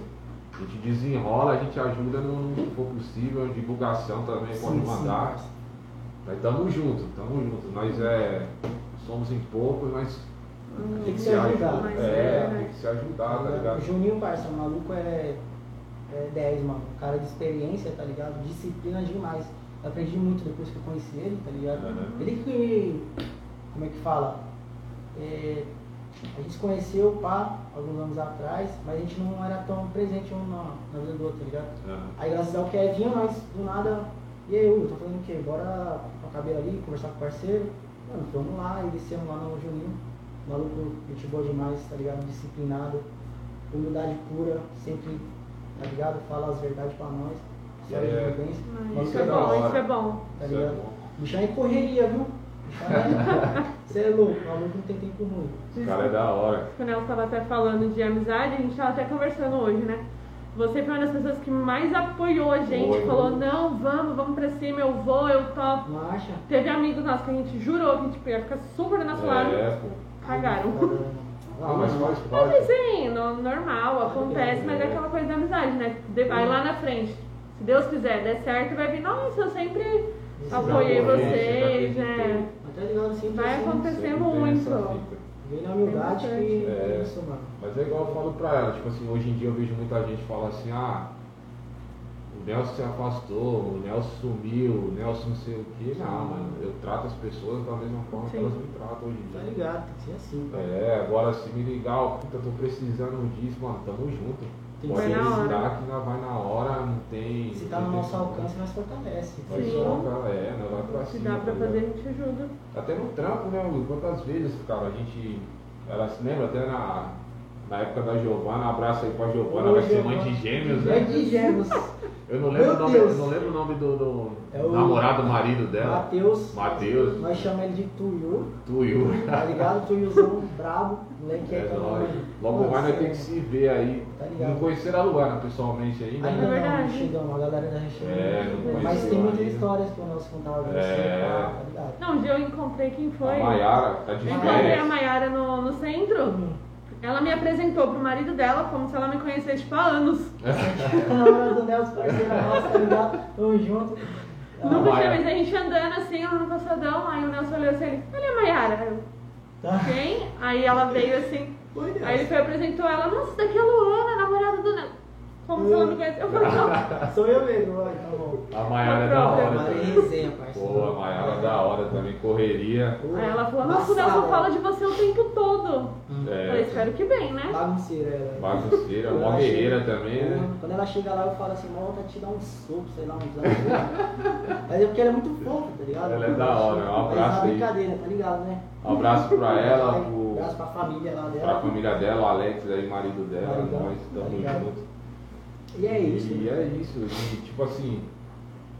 A: a gente desenrola, a gente ajuda no no que for possível. Divulgação também pode
C: Sim, sim.
A: mandar. Nós estamos juntos, estamos juntos. Nós é, somos em poucos, mas
C: Tem que se ajudar.
B: Hum,
A: É,
B: Mas é, né?
A: tem que se ajudar, tá ligado?
C: O Juninho, parça, o maluco é, é 10, mano. Um cara de experiência, tá ligado? Disciplina demais. Eu aprendi muito depois que eu conheci ele, tá ligado?
A: Uhum.
C: Ele que. Como é que fala? É, a gente se conheceu, pá, alguns anos atrás, mas a gente não era tão presente um na, na vida do outro, tá ligado?
A: É.
C: Aí graças ao Kevinho, nós do nada, e aí, Hugo, tô fazendo o quê? Bora pra cabelo ali, conversar com o parceiro. Mano, vamos lá, e descemos lá no Juninho. Maluco, gente boa demais, tá ligado? Disciplinado, humildade pura, sempre, tá ligado? Fala as verdades pra nós.
A: E aí,
C: Sabe
A: é-
C: de vivência.
B: Ai,
A: Isso
B: Isso
A: é
B: é
A: da
B: bom,
A: hora.
B: isso é bom.
C: Tá
A: Isso é
C: ligado?
A: bom.
C: Bichão é correria, viu? Você é louco, maluco não tem tempo ruim.
A: O cara é da hora.
B: O Nelson estava até falando de amizade, a gente estava até conversando hoje, né? Você foi uma das pessoas que mais apoiou a gente,
A: Foi.
B: falou, não, vamos, vamos pra cima, eu vou, eu topo.
C: Marcha.
B: Teve amigos nossos que a gente jurou que a gente ia ficar super do nosso lado,
A: É, pô.
B: cagaram.
A: Ah, mas faz
B: Mas
A: parte.
B: assim, no- normal, acontece, mas é aquela coisa da amizade, né? De- Aí lá na frente, se Deus quiser, der certo, vai vir, nossa, eu sempre apoiei
A: Sempre
B: vocês, né?
C: Mas tá ligado, sempre
B: Vai
C: assim,
B: acontecer.
A: Sempre tem
B: muito.
A: essa fita.
C: Vem na humildade que
A: É.
C: é isso, mano.
A: Mas é igual eu falo pra ela, tipo assim, hoje em dia eu vejo muita gente falar assim, ah, o Nelson se afastou, o Nelson sumiu, o Nelson não sei o que. Não, mano, eu trato as pessoas da mesma forma que
B: Sim.
A: elas me tratam hoje em
C: Tá
A: dia.
C: ligado, tem que ser assim, cara.
A: É, agora se me ligar, ó, puta, tô precisando disso, mano, tamo junto.
C: Tem que assim.
A: Pode
B: ser na hora.
A: visitar que nós vai na hora, não tem.
C: Se tá
A: não
C: no
A: tem
C: nosso
A: problema.
C: alcance, nós fortalece.
A: Nós
B: Sim.
A: joga, é, nós vai pra
B: Se
A: cima.
B: dá pra
A: tá
B: fazer, a
A: ligado?
B: gente ajuda.
A: Até no trampo, né, Will? Quantas vezes, cara, a gente. Ela se lembra até na, na época da Giovana, abraço aí pra Giovana,
C: Ô,
A: vai ser mãe
C: Giovana.
A: de gêmeos,
C: É
A: né?
C: de gêmeos.
A: Eu não lembro, o
C: Meu
A: nome, eu
C: Deus.
A: não lembro o nome do, do
C: É o-
A: namorado, marido dela.
C: Matheus.
A: Matheus.
C: Nós chamamos ele de Tuiu,
A: Tu e o.
C: tá ligado? Tuiuzão brabo, moleque
A: É
C: tá
A: nóis.
C: ligado?
A: Logo
C: Mano,
A: mais nós
C: sério.
A: temos que se ver aí.
C: Tá ligado.
A: não conhecer a Luana pessoalmente ainda.
C: Ainda
B: É
A: né?
C: não, não
B: verdade.
C: chegamos, a galera ainda não chegou.
A: É, não conheceu
C: Mas tem muitas
A: ainda.
C: histórias pra nós contar pra você,
A: É.
C: tá tá ligado?
B: Não, um dia eu encontrei quem foi.
A: A Maiara tá de
B: Eu encontrei a
A: férias.
B: Maiara no, no centro. Ela me apresentou pro marido dela como se ela me conhecesse tipo, há anos.
C: Na hora do Nelson, parceira nossa, tá ligado? Tamo junto. Ah,
B: Nunca tinha
A: Maiara.
B: visto a gente andando assim, lá no passadão. Aí o Nelson olhou assim, ele, olha a Maiara. Eu,
C: tá.
B: Quem? Aí ela veio assim.
C: Oi, Nelson.
B: Aí ele foi e apresentou ela, nossa, daqui é a Luana, namorada do Nelson. Como se ela não conhecesse. Eu falei, não.
C: Sou eu mesmo, vai, tá bom.
A: A Maiara é da
B: Não,
A: hora.
C: Maria
A: também.
C: resenha, parceiro.
A: Pô, a Maiara é da hora também, correria.
B: Aí ela falou, nossa, o Nelson fala de você o tempo todo. Eu falei,
A: É,
B: espero que bem, né?
C: Bagunceira ela.
A: bagunceira,
C: Quando
A: mó
C: ela
A: guerreira
C: chega-
A: também, né?
C: Quando ela chega lá, eu falo assim, mal vontade de te dar um soco, sei lá, um desafio. Mas é porque ela é muito fofa, tá ligado?
A: Ela é da hora, um
C: Mas
A: abraço
C: é uma
A: aí.
C: brincadeira, tá ligado, né?
A: Um abraço pra ela,
C: Vai,
A: pro,
C: Abraço pra família lá
A: pra
C: dela.
A: família dela, o Alex aí, marido dela,
C: Tá ligado,
A: nós
C: tá
A: estamos
C: ligado.
A: juntos.
C: E é isso.
A: E é isso, e tipo assim,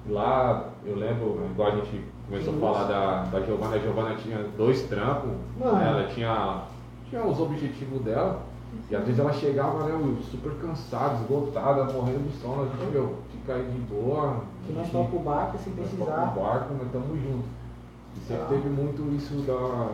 A: lá eu lembro, igual a gente começou a falar da, da Giovana, a Giovana tinha dois trampos,
C: Mano.
A: né? ela tinha, tinha os objetivos dela, e às vezes ela chegava, né, Will, super cansada, esgotada, morrendo de sono, a gente, meu, fica aí de boa.
C: Que
A: a
C: nós
A: gente-
C: toca o barco se
A: Nós tocamos
C: precisar.
A: o barco, nós estamos juntos. E sempre
C: Tá.
A: teve muito isso da,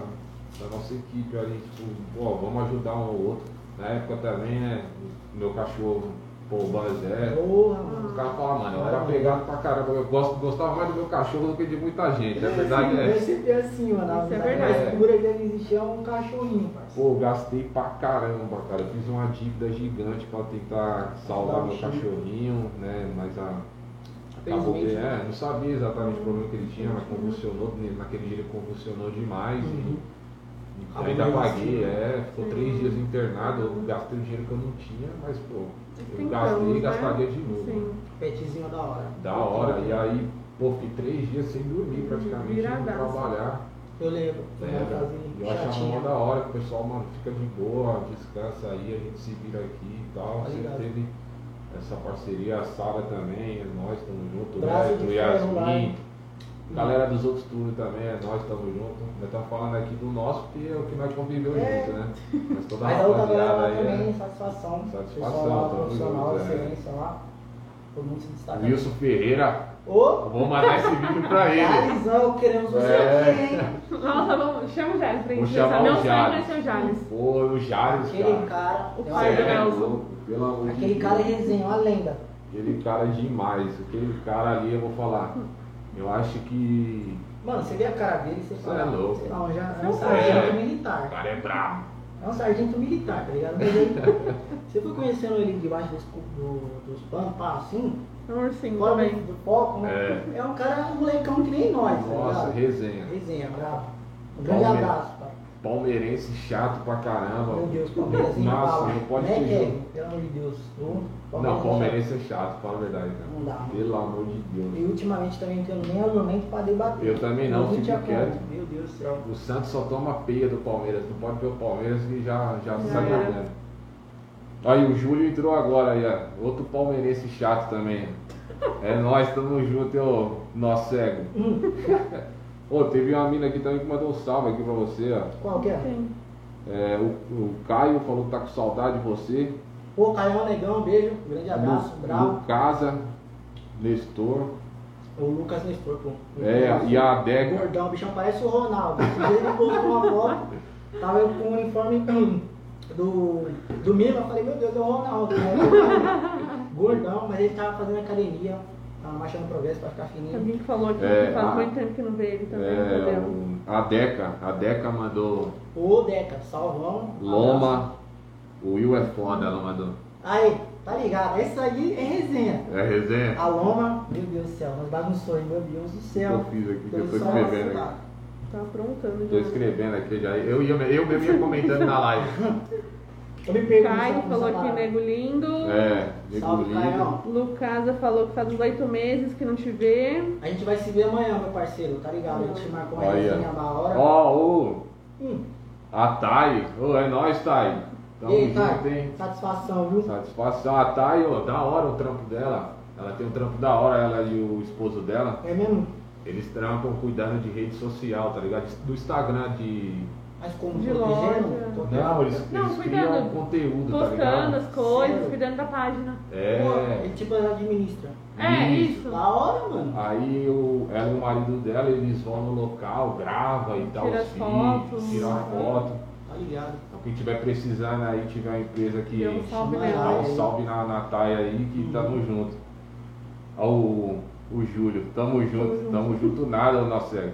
A: da nossa equipe ali, tipo, pô, vamos ajudar um ao outro. Na época também, né, meu cachorro, pô, o é. Banzé.
C: Porra,
A: Os
C: mano.
A: caras falavam, mano, eu era pegado pra caramba, eu gosto, gostava mais do meu cachorro do que de muita gente. A verdade
C: Eu
A: é.
C: sempre assim, mano. A
B: Isso é
C: a
B: verdade.
C: mais pura que deve existir é um cachorrinho, parceiro.
A: Pô, gastei pra caramba, cara. Eu fiz uma dívida gigante pra tentar salvar meu cachorrinho, né? Mas a. Acabou que,
C: Felizmente.
A: é, não
C: Uhum.
A: sabia exatamente o problema que ele tinha, mas convulsionou, naquele dia ele convulsionou demais. e- Ainda
C: Arrumou
A: paguei,
C: vacina.
A: é, ficou três dias internado, eu gastei o dinheiro que eu não tinha, mas pô, eu
B: Tentamos,
A: gastei
B: né?
A: e gastaria de novo.
B: Sim.
C: Petzinho é da hora.
A: Da hora, e aí, pô, fiquei três dias sem dormir praticamente, sem
B: Viradaço.
A: trabalhar.
C: Eu lembro.
A: né?
C: Uma fase
A: E eu achava mó
C: chatinha.
A: da hora, que o pessoal, mano, fica de boa, descansa aí, a gente se vira aqui e tal.
C: Tá
A: Sempre
C: ligado.
A: teve essa parceria, a Sara também, é nós estamos juntos,
C: Braço
A: o
C: de ferro lá,
A: Yasmin.
C: hein?
A: Galera dos outros turnos também, é nós estamos juntos. Nós estamos falando aqui do nosso, porque é o que nós convivemos
C: É.
A: junto, né? Mas toda a
C: Mas a outra galera
A: rapaziada
C: lá
A: aí,
C: também,
A: né?
C: satisfação.
A: Satisfação,
C: Pessoal lá,
A: tamo
C: profissional,
A: junto, é.
C: excelência lá. Todo mundo se destacando.
A: Tá Wilson Ferreira,
C: Ô,
A: vamos mandar esse vídeo pra ele.
C: Carizão, queremos você
A: É.
C: aqui, hein?
B: Nossa, vamos, chama o Jales pra
A: Vou
B: gente
A: chamar
B: pensar. Meu
A: o
B: sonho vai
A: Jales.
B: ser o Jales.
A: Pô, o Jales,
C: Aquele
A: cara.
C: cara.
B: O
C: tem uma
B: pai um do
A: Cê é
C: lenda.
B: Nelson.
A: louco, Pelo amor de
C: Aquele
A: Deus.
C: cara é resenha, uma lenda.
A: Aquele cara é demais. Aquele cara ali, eu vou falar. Eu acho que.
C: Mano, você vê a cara dele, você
A: Cê
C: fala.
A: é louco.
C: sei lá, um ja- é
B: Não né?"
C: um
B: sei.
C: sargento
A: O
C: militar.
A: cara é brabo.
C: É um sargento militar, tá ligado? Mas aí, você foi conhecendo ele debaixo dos, do, dos panos, pá, assim,
B: É um ursinho
C: fora
B: também.
C: do, do foco, né? É. um cara, um molecão que nem nós,
A: Nossa,
C: tá ligado?
A: resenha.
C: Resenha, bravo. Um grande
A: Palmeiras.
C: abraço, pai.
A: Palmeirense chato pra caramba.
C: Meu Deus, Palmeiras, hein?
A: Nossa,
C: Fala.
A: não pode
C: né,
A: ter
C: Kevin?
A: jogo.
C: Pelo amor de Deus. Ô,
A: Não, palmeirense é chato, fala a verdade. Né?
C: Não dá.
A: Pelo amor de Deus.
C: E ultimamente também não tenho nem argumento pra debater.
A: Eu também não,
C: Mas eu
A: fico
C: te apoio.
A: quieto.
C: Meu Deus do céu.
A: O Santos só toma peia do Palmeiras. Não pode ver o Palmeiras que já, já
B: Já
A: sai
B: era.
A: ganhando. Aí o Júlio entrou agora aí, ó. Outro palmeirense chato também. É nós, tamo junto, eu, nosso cego. Ô, teve uma mina aqui também que mandou um salve aqui pra você, ó.
C: Qual que é?
B: Sim.
A: É, o, o Caio falou que tá com saudade de você.
C: Pô, Caio Negão, beijo. Grande Um abraço,
A: Lu-
C: bravo.
A: Lucasa, Nestor.
C: O Lucas Nestor, pô.
A: É, e a Adega.
C: Gordão, o bichão parece o Ronaldo. Ele postou uma foto, tava eu com o uniforme do, do Milan, eu falei, meu Deus, é o Ronaldo. né? Gordão, mas ele tava fazendo academia, tava marchando progresso pra ficar fininho.
B: Alguém que falou aqui
A: É,
B: que faz
A: a-
B: muito tempo que não vê ele também.
A: É,
B: entendeu?
A: o- a Deca, a Deca mandou
C: Ô, Deca, salvão. abraço.
A: Loma, o Will é foda, ela mandou.
C: Aí, tá ligado? Essa aí é resenha.
A: É resenha?
C: A Loma, meu Deus do céu, nós bagunçou, hein? meu Deus do céu.
A: Eu fiz aqui, que eu tô
C: Só
A: escrevendo
C: vacilado.
A: aqui.
B: Tá aprontando.
A: Tô
B: demais.
A: escrevendo aqui já. Eu, ia- eu mesmo ia comentando na live.
C: Eu me pergunto.
B: Caio falou
A: Tá.
B: aqui, nego lindo.
A: É, nego
C: Salve,
A: lindo.
C: Caio.
B: Lucasa falou que faz uns oito meses que não te vê.
A: Tá
C: A gente vai se ver amanhã, meu parceiro, tá ligado? A gente marcou uma
A: Olha.
C: resenha da assim, hora.
A: Ó, ô,
C: Hum.
A: a Thay. Ô, é nóis, Thay. Tamo
C: E aí,
A: junto,
C: Caio?
A: hein?
C: Satisfação, viu?
A: um Satisfação. A Thay, ô, da hora o trampo dela. Ela tem um trampo da hora, ela e o esposo dela.
C: É mesmo?
A: Eles trampam cuidando de rede social, tá ligado? Do Instagram, de
C: Mas como
B: De loja.
C: protegendo?
A: Não, eles,
B: Não,
A: eles criam
B: cuidando.
A: conteúdo, tá
B: Postando
A: ligado?
B: as coisas,
C: Sério?
B: cuidando da página.
C: Pô,
A: É. Ah.
C: ele tipo administra.
B: É,
A: Isso.
B: isso.
C: Da hora, mano.
A: Aí o, ela e o marido dela, eles vão no local, grava e tal,
B: Tira
A: os
B: fotos.
A: tira foto.
C: Tá ligado?
A: Então, quem tiver precisando aí, tiver uma empresa que
B: Deu um salve
C: Chama
A: dá
B: nela.
A: um salve na, na Thay aí, que
C: Hum.
A: tamo junto. Ó, o, o Júlio, tamo junto,
B: junto.
A: tamo junto nada, nosso cego.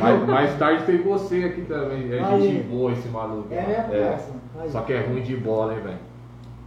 A: Mas mais tarde tem você aqui também, é
C: Aí.
A: gente boa esse maluco.
C: É
A: mano.
C: mesmo, parça? Aí.
A: Só que é ruim de bola, hein, velho.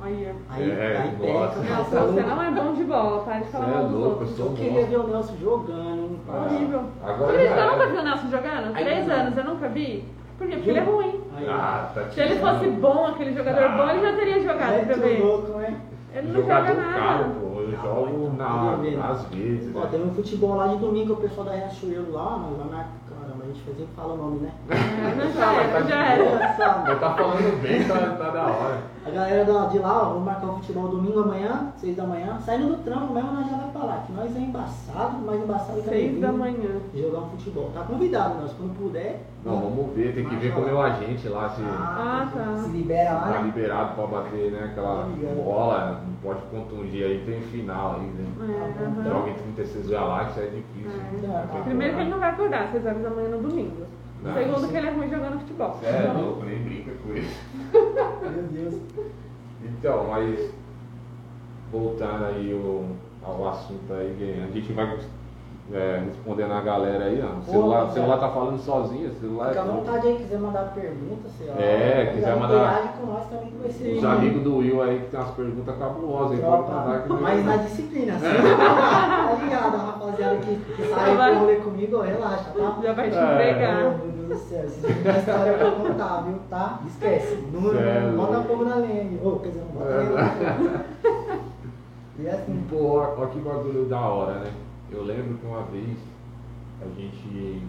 B: Olha.
C: Aí,
A: É,
C: aí
A: nossa.
C: pega,
B: Não,
C: tá
B: você
C: louco.
B: não é bom de bola, para de
A: Você
B: falar
A: é
B: mal dos
A: louco, eu
B: outros.
A: sou
C: Eu
A: bom.
C: queria ver o Nelson jogando, hein?
A: Ah,
B: Horrível.
A: agora
B: Por isso
A: já
B: que eu nunca
A: era.
B: vi o Nelson jogando?
C: Aí
B: Três
C: não.
B: anos, eu nunca vi. Por quê? Porque ele é ruim.
C: Aí,
A: Ah, tá
B: Se ele fosse bom, aquele jogador
A: Ah.
B: bom, ele já teria jogado pra
C: Mete o
B: ver.
C: louco, né?
B: Ele não joga
A: Jogador é caro,
B: nada.
A: pô. Eu
C: Ah,
A: jogo
C: então,
A: na,
C: tudo bem.
A: às vezes.
C: Ó,
A: né?
C: teve um futebol lá de domingo, o pessoal da Riachuelo lá, mano, lá na. Caramba, a gente fazia que fala o nome, né?
B: É,
A: Ah,
B: mas já
A: mas tá
B: era,
A: de
B: já
A: boa.
B: era.
A: Mas
C: Essa-
A: tá falando bem, tá, tá da hora.
C: A galera da- de lá, ó, vamos marcar o futebol domingo amanhã, seis da manhã. Saindo do trampo mesmo, nós já vai pra lá, que nós é embaçado, mais embaçado que a
B: Seis da
C: bebida,
B: manhã.
C: Jogar um futebol. Tá convidado, nós, quando puder.
A: Não, vamos ver, tem que ver como é o agente lá, se
B: Ah, tá.
C: Se libera lá,
A: tá
C: né?
A: liberado pra bater né, aquela
C: Obrigado.
A: bola, não pode contundir aí, tem final aí, né?
B: É, aham.
A: Joga em 36 galáxias é difícil.
B: É.
A: Vai ter que
B: Primeiro que
A: jogar.
B: ele não vai acordar às seis horas da manhã no domingo.
A: Não,
B: Segundo
C: sim.
B: que ele é ruim jogando futebol.
A: Cê é louco, nem brinca com isso.
C: Meu Deus.
A: Então, mas voltando aí o- ao assunto aí, a gente vai é, respondendo a galera aí, ó. O celular, o celular tá falando sozinho, o celular
C: é. Fica à
A: é...
C: vontade aí, quiser mandar pergunta, sei lá.
A: É,
C: Fica
A: quiser
C: à
A: mandar-
C: vontade com nós também que vai ser.
A: Os amigos do Will aí que tem umas perguntas cabulosas, aí pode mandar
C: Tropa,
A: que nós-
C: mas na disciplina, assim, tá ligado? A rapaziada que que sai
B: Vai.
C: pro rolê comigo, ó, relaxa, tá?
B: Tá Já vai te
A: É.
C: Meu
B: entregar.
C: Deus do céu, essa é uma história pra contar, viu? Tá? Esquece. Não,
A: Sério?
C: não bota fogo na lenha. aí. Ô, quer dizer, não bota
A: É.
C: lenha na fogo. E assim,
A: Pô, ó, ó que bagulho da hora, né? Eu lembro que uma vez a gente,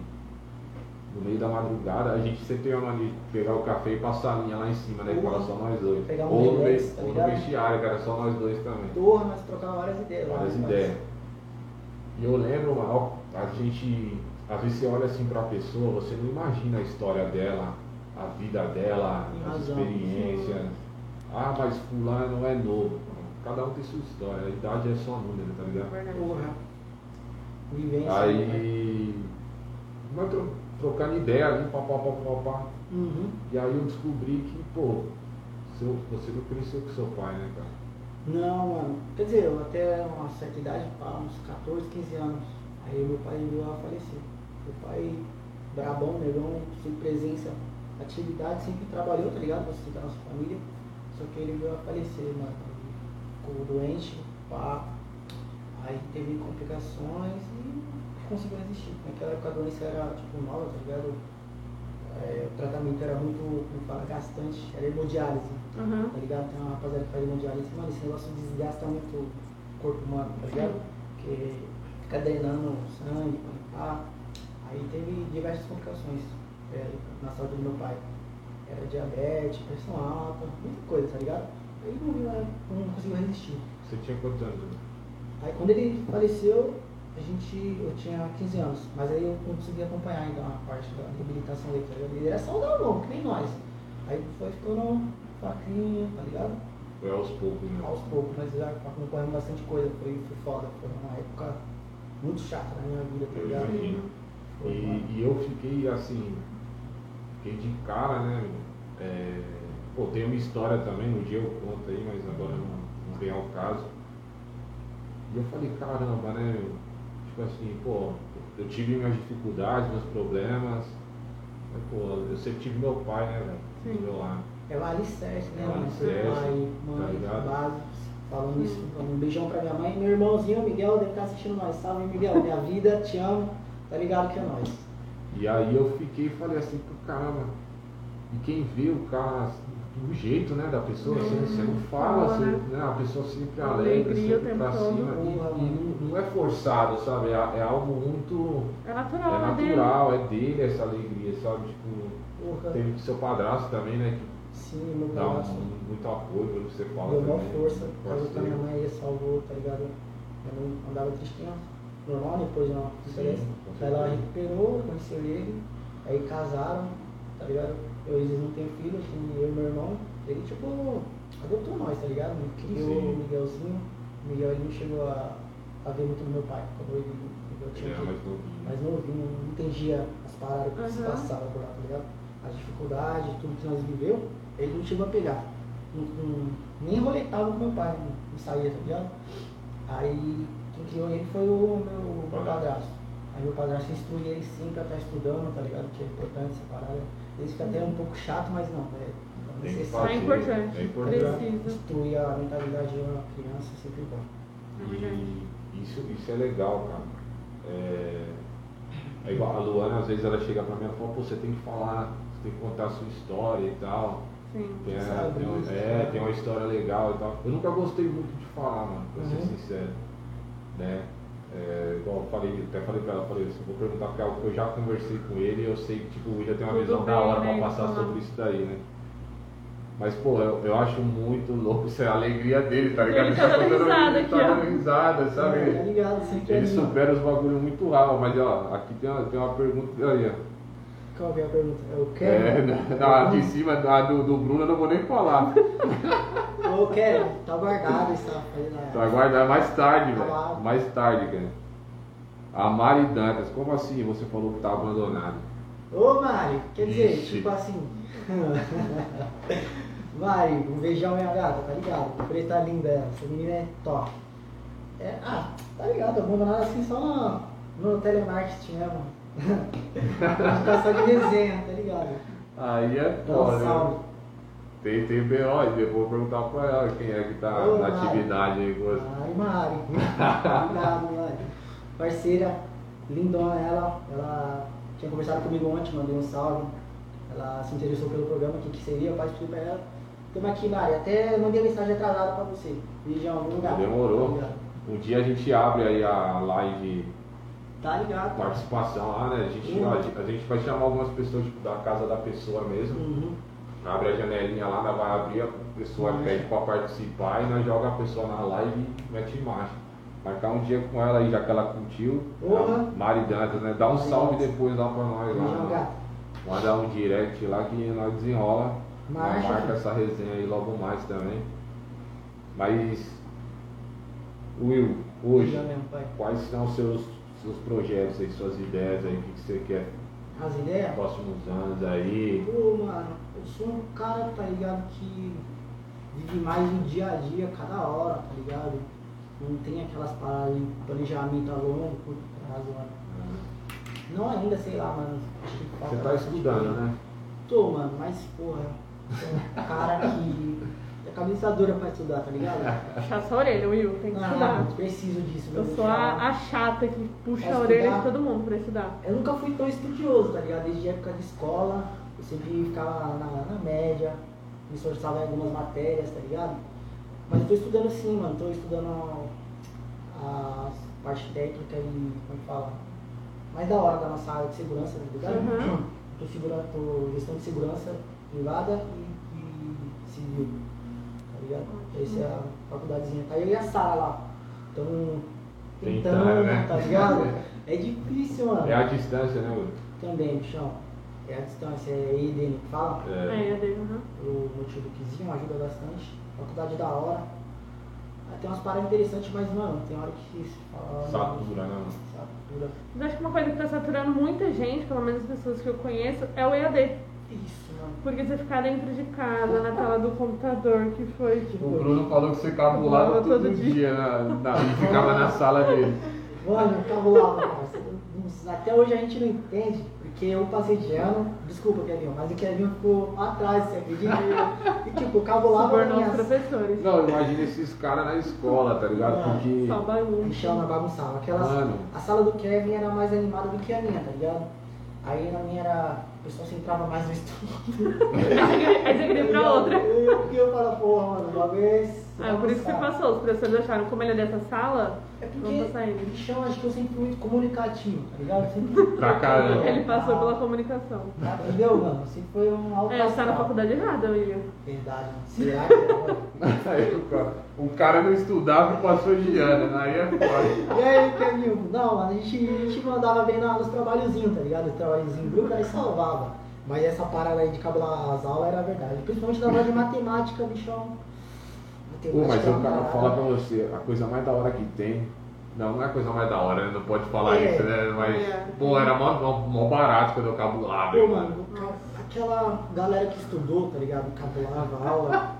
A: no meio da madrugada, a gente sempre tem a mania de pegar o café e passar a linha lá em cima, né? Que era só nós dois.
C: Pegar um
A: ou, no,
C: relax,
A: ve-
C: tá
A: ou no
C: ligado?
A: vestiário, que era só nós dois também.
C: torna, nós trocava várias ideias. lá,
A: várias
C: né,
A: ideias. E eu lembro, ó, a gente, às vezes você olha assim pra pessoa, você não imagina a história dela, a vida dela,
C: Tem
A: as
C: razão.
A: experiências. Ah, mas fulano é novo. Cada um tem sua história, a idade é só número, tá ligado?
C: mas- Porra. Vivência. né?
A: Aí. Nós tro- trocando ideia ali, pá, pá, pá, pá, pá.
C: Uhum.
A: E aí eu descobri que, pô, seu, você não cresceu com seu pai, né, cara?
C: Não, mano. Quer dizer, eu até uma certa idade, pá, uns 14, 15 anos. Aí meu pai veio a falecer. Meu pai, brabão, negão, sem presença, atividade, sempre trabalhou, tá ligado? Pra sustentar nossa família. Só que ele veio a falecer, mano. Ficou doente, pá. Aí teve complicações e conseguiu resistir. Naquela época a doença era, tipo, nova, tá ligado? É, o tratamento era muito, como fala, gastante. Era hemodiálise
B: Aham.
C: tá ligado? Tem uma rapaziada que faz hemodiálise, mano, esse negócio desgasta muito o corpo humano, tá ligado? Porque fica drenando sangue, pá, pá. Aí teve diversas complicações é, na saúde do meu pai. Era diabetes, pressão alta, muita coisa, tá ligado? Aí não, viu, né? não conseguiu resistir.
A: Você tinha quantos anos? né?
C: Aí quando ele faleceu, a gente, eu tinha 15 anos, mas aí eu não consegui acompanhar ainda a parte da reabilitação dele, tá ligado? Ele era saudável, que nem nós. Aí foi ficando faquinha, tá ligado?
A: Foi aos poucos, né?
C: aos poucos, mas já tá acompanhando bastante coisa, foi, foi foda, foi uma época muito chata na minha vida, tá
A: Eu
C: ligado?
A: imagino. E,
C: Foi, mano.
A: e eu fiquei assim, fiquei de cara, né? meu? É, pô, tem uma história também, um dia eu conto aí, mas agora não, não vem ao caso. E eu falei, caramba, né? meu? Tipo assim, pô, eu tive minhas dificuldades, meus problemas. Mas, pô, eu sempre tive meu pai, né, velho?
B: Sim.
A: Do meu lado.
C: É o Alicerce, né?
A: É o
C: mano?
A: Alicerce,
C: Pai,
A: tá
C: mãe,
A: ligado?
C: base, falando isso, um beijão pra minha mãe. Meu irmãozinho, Miguel, deve estar assistindo nós. Salve, Miguel, minha vida, te amo, tá ligado que é nóis.
A: E aí eu fiquei e falei assim, pô, caramba, e quem vê o cara do jeito né, da pessoa, você, você não fala,
B: Fala,
A: você-
B: né?
A: né, a pessoa sempre
B: A
A: alegre,
B: alegria o
A: sempre
B: tempo
A: pra
B: todo.
A: cima, e, e não, não é forçado, sabe? É, é algo muito
B: É
A: é
B: natural, né? dele?
A: natural, é dele essa alegria, sabe? Tipo,
C: Porra,
A: teve seu padrasto também, né, que
C: sim, meu
A: dá um-
C: braço.
A: muito apoio pelo que você fala
C: Deu maior
A: também.
C: força, casou com a minha
A: parceiro.
C: mãe, salvou, tá ligado? Eu não andava tristinha, normal, depois de uma diferença.
A: com
C: Daí ela
A: certeza.
C: recuperou, conheceu ele, aí casaram, tá ligado? Eu, eles não têm filho, tem eu e meu irmão. Ele, tipo, adotou nós, tá ligado? Me criou
A: Sim.
C: o Miguelzinho. O Miguel ele não chegou a, a ver muito do meu pai, quando ele, eu tinha
A: Ele é
C: que
A: mais novinho.
C: mas não, não entendia as paradas que se
B: Aham.
C: passavam por lá, tá ligado? As dificuldades, tudo que nós viveu, ele não chegou a pegar. Não- não- nem roletava com meu pai, não, não saía, tá ligado? Aí quem criou ele foi o meu, meu padrasto. Aí meu padrasto instruía ele sim pra estar estudando, tá ligado? Que é importante essa parada. Ele fica até um pouco chato, mas não, é
A: Tem que fazer,
C: necessário.
B: É importante.
A: É importante.
B: Precisa.
C: Instruir a mentalidade de uma criança é sempre bom.
A: E isso, isso é legal, cara. É, é igual a Luana, às vezes ela chega pra mim e fala, pô, você tem que falar, você tem que contar a sua história e tal.
B: Sim.
A: Tem, a-
C: Sabe,
A: tem um-
C: isso,
A: é,
B: né?
C: cara.
A: tem uma história legal e tal. Eu nunca gostei muito de falar, mano, pra ser
C: Uhum.
A: sincero. Né? É, igual eu falei, até falei pra ela, falei assim, vou perguntar porque é algo que eu já conversei com ele e eu sei que tipo, o William tem uma
B: Tudo
A: visão da
B: bem,
A: hora
B: né,
A: pra passar
B: falar.
A: sobre isso daí, né? Mas, pô, eu, eu acho muito louco isso é a alegria dele, tá ligado?
B: Ele tá dando
A: contando-
B: risada
A: ele
B: aqui,
A: tá
B: ó. Uhum.
A: dando risada, sabe?
C: Tá ligado? Sempre
A: Ele
C: anima.
A: supera os bagulho muito rápido, mas ó, aqui tem uma, tem uma pergunta aí, ó.
C: Qual que é a pergunta? É o Kevin?
A: É, na- na- de cima da, do, do Bruno eu não vou nem falar.
C: Ô, Kevin, tá guardado essa coisa
A: Então aguarda mais tarde,
C: Tá
A: velho.
C: lá.
A: Mais tarde, cara. A Mari Dantas, como assim você falou que tá abandonado?
C: Ô, Mari, quer dizer,
A: Ixi.
C: tipo assim. Mari, um beijão, minha gata, tá ligado? Preta linda, ela, essa menina é top. É, ah, tá ligado, abandonada assim só na, No telemarketing, né, mano? Pode passar de resenha, tá ligado?
A: Aí é
C: Dá um
A: foda.
C: salve.
A: Tem, tem B.O. Eu vou perguntar pra ela quem é que tá
C: Ô,
A: na
C: Mari.
A: atividade aí com você.
C: Mari, Mari. Obrigado, Mari. Parceira, lindona ela. Ela tinha conversado comigo ontem, mandei um salve. Ela se interessou pelo programa, o que, que seria, eu participei pra ela. Tamo aqui, Mari. Até mandei mensagem atrasada pra você. Beijo em algum lugar.
A: Demorou.
C: Obrigado.
A: Um dia a gente abre aí a live
C: Tá ligado.
A: participação lá, né? A gente,
C: Uhum.
A: a, a gente vai chamar algumas pessoas tipo, da casa da pessoa mesmo.
C: Uhum.
A: Abre a janelinha lá, nós vai abrir, a pessoa
C: Uhum.
A: pede pra participar e nós joga a pessoa na live e mete imagem. Marcar um dia com ela aí, já que ela curtiu.
C: Porra.
A: Maridantas, né? Dá um
C: Mari
A: salve
C: Dantas.
A: depois lá pra nós
C: Beijão,
A: lá. né?
C: gato.
A: Manda um direct lá que nós desenrola.
C: Marcha,
A: Nós marca
C: filho.
A: essa resenha aí logo mais também. Mas Will, hoje.
C: Beijão mesmo, pai.
A: Quais são os seus, seus projetos aí, suas ideias aí, o que, que você quer
C: As
A: nos
C: ideias?
A: próximos anos aí?
C: Pô, mano, eu sou um cara, tá ligado, que vive mais o dia a dia, cada hora, tá ligado? Não tem aquelas paradas de planejamento a longo, curto prazo, mano. Não ainda, sei lá, mano. Acho que falta
A: Você tá
C: bastante
A: estudando,
C: coisa.
A: né?
C: Tô, mano, mas, porra, sou um cara que... É cabeça dura pra estudar, tá ligado?
B: Puxa a orelha, Will, tem que
C: Ah,
B: estudar.
C: preciso disso.
B: Eu
C: meu
B: sou a, a chata que puxa
C: Vai
B: a orelha de
C: estudar?
B: todo mundo pra estudar.
C: Eu nunca fui tão estudioso, tá ligado? Desde a época de escola, eu sempre ficava na, na média, me esforçava em algumas matérias, tá ligado? Mas eu tô estudando sim, mano. Tô estudando a, a parte técnica e, como é que fala, mais da hora da nossa área de segurança, tá ligado?
B: Uhum.
C: Tô, segura, tô gestão de segurança privada e, e civil, tá ligado? Essa é a faculdadezinha. Tá eu e a Sara lá. Então,
A: Tentando,
C: tentando,
A: né?
C: tá ligado? É difícil, mano.
A: É a distância, né, Will?
C: Também, bichão. É a distância, é IDN que fala,
B: É, eu dei, aham.
C: pelo motivo que Zion ajuda bastante. Faculdade da hora. Ah, Tem umas paradas interessantes, mas, mano, tem hora que se fala.
A: satura, né? mano?
C: Satura.
B: Mas acho que uma coisa que tá saturando muita gente, pelo menos as pessoas que eu conheço, é o EAD.
C: Isso, mano.
B: Porque você ficar dentro de casa, na tela do computador, que foi tipo.
A: O Bruno falou que você cabulava
B: Cabulava
A: todo
B: todo
A: dia, na- na- e ficava na sala dele.
C: Mano, eu cabulava, parceiro. Não- Até hoje a gente não entende, porque eu passei de ano. Desculpa, Kevin, mas o Kevin ficou atrás, você acredita? E tipo, eu cabulava na
B: Subornou os
C: minha
B: professores.
A: Não, imagina esses caras na escola, tá ligado?
C: Não,
A: Porque.
B: Só bagunça.
C: Michel um na bagunçava. Aquelas,
A: Mano.
C: A sala do Kevin era mais animada do que a minha, tá ligado? Aí na minha era. O pessoal se entrava mais no estudo.
B: Aí você queria ir pra outra.
C: E eu, eu falo, porra, mano, logo esse.
B: Ah, por isso que você passou. Os professores acharam como ele é dessa sala,
C: É
B: vamos passar
C: porque o
B: ele.
C: Michel acho que eu sempre fui muito comunicativo, tá ligado? Sempre...
A: Pra caramba.
B: Ele passou pela comunicação.
C: Ah, Entendeu, mano? Sempre foi um alto.
B: É, você tá na
C: astral.
B: faculdade errada, William.
C: Verdade, mano. Será que é? era, mano?
A: Aí o cara- o cara não estudava e passou de ano, aí é foda.
C: E aí, Kevin? Não, mano, a gente, a gente mandava bem na, nos trabalhozinhos, tá ligado? Os trabalhozinhos em grupo, aí salvava. Mas essa parada aí de cabular as aulas era verdade. Principalmente na aula de matemática, bichão.
A: Pô, mas
C: é
A: eu
C: uma
A: cara,
C: parada.
A: falar pra você, a coisa mais da hora que tem. Não, não é a coisa mais da hora, né? não pode falar
C: É.
A: isso, né? Mas,
B: É.
A: pô, era mó, mó, mó barato quando eu cabulava.
C: Pô,
A: hein,
C: mano, ca- aquela galera que estudou, tá ligado? Cabulava a aula.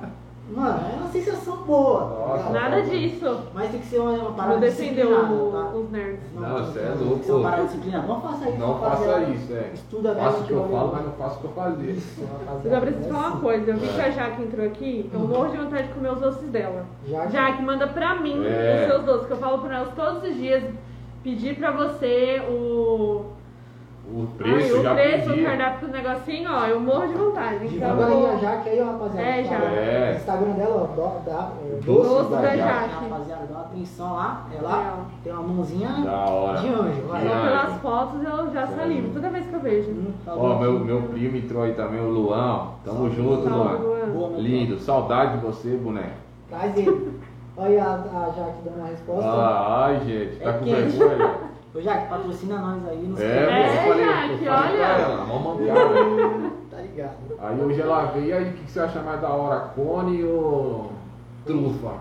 C: Mano, é uma sensação boa. tá
A: Nossa.
C: ligado?
B: Nada disso.
C: Mas tem que ser uma, uma parada
B: Não defendeu
C: disciplinada, tá?
B: o- os nerds.
A: Não,
C: tem
A: cê
C: que-
A: é
C: tem que
A: louco.
C: ser uma parada disciplinada. Não faça isso.
A: Não faça
C: rapaziada.
A: isso, é.
C: Estuda
A: faço o que eu
C: valeu.
A: falo, mas não faço o que eu fazia.
C: Isso, rapaziada.
B: Eu só preciso falar uma coisa. Eu vi
A: É.
B: que a Jaque entrou aqui, eu morro de vontade de comer os doces dela.
C: Hum. Jaque?
B: Jaque, manda pra mim
A: É.
B: os seus doces, que eu falo pra elas todos os dias. Pedir pra você o...
A: O preço
B: Ai,
A: já
B: o preço,
A: pedia.
B: o cardápio do negocinho, ó, eu morro de vontade. Então,
C: Divulga aí a
B: eu vou-
C: Jaque aí, ó, rapaziada.
B: É,
C: Tá lá.
B: Jaque.
A: É.
C: Instagram dela, ó, dó- dá, é,
A: Doce
B: Doce da da Jaque. Jaque.
C: Rapaziada, dá uma atenção lá. Ela
B: Legal.
C: tem uma mãozinha
A: Da hora.
C: de anjo. Vai.
A: De
B: só
A: anjo.
B: pelas fotos eu já salivo toda vez que eu vejo.
C: Hum, tá
A: Ó,
C: bom.
A: meu, meu primo entrou aí também, o Luan. Tamo
C: Salve,
A: junto,
B: Salve,
A: Luan.
B: Luan.
C: Boa, meu
A: Lindo, saudade de você, boneco.
C: primo. Traz ele. Olha a, a Jaque dando uma resposta.
A: Ah, ai, gente, tá
C: É
A: com
C: quente.
A: vergonha?
C: Ô, Jaque, patrocina nós aí.
A: É,
C: Não sei.
B: É,
A: pô, eu falei, eu
B: Jaque,
A: falei pra
B: olha.
A: ela, mó mancada.
C: Tá ligado.
A: Aí hoje ela veio, e aí o que, que você acha mais da hora, cone ou trufa?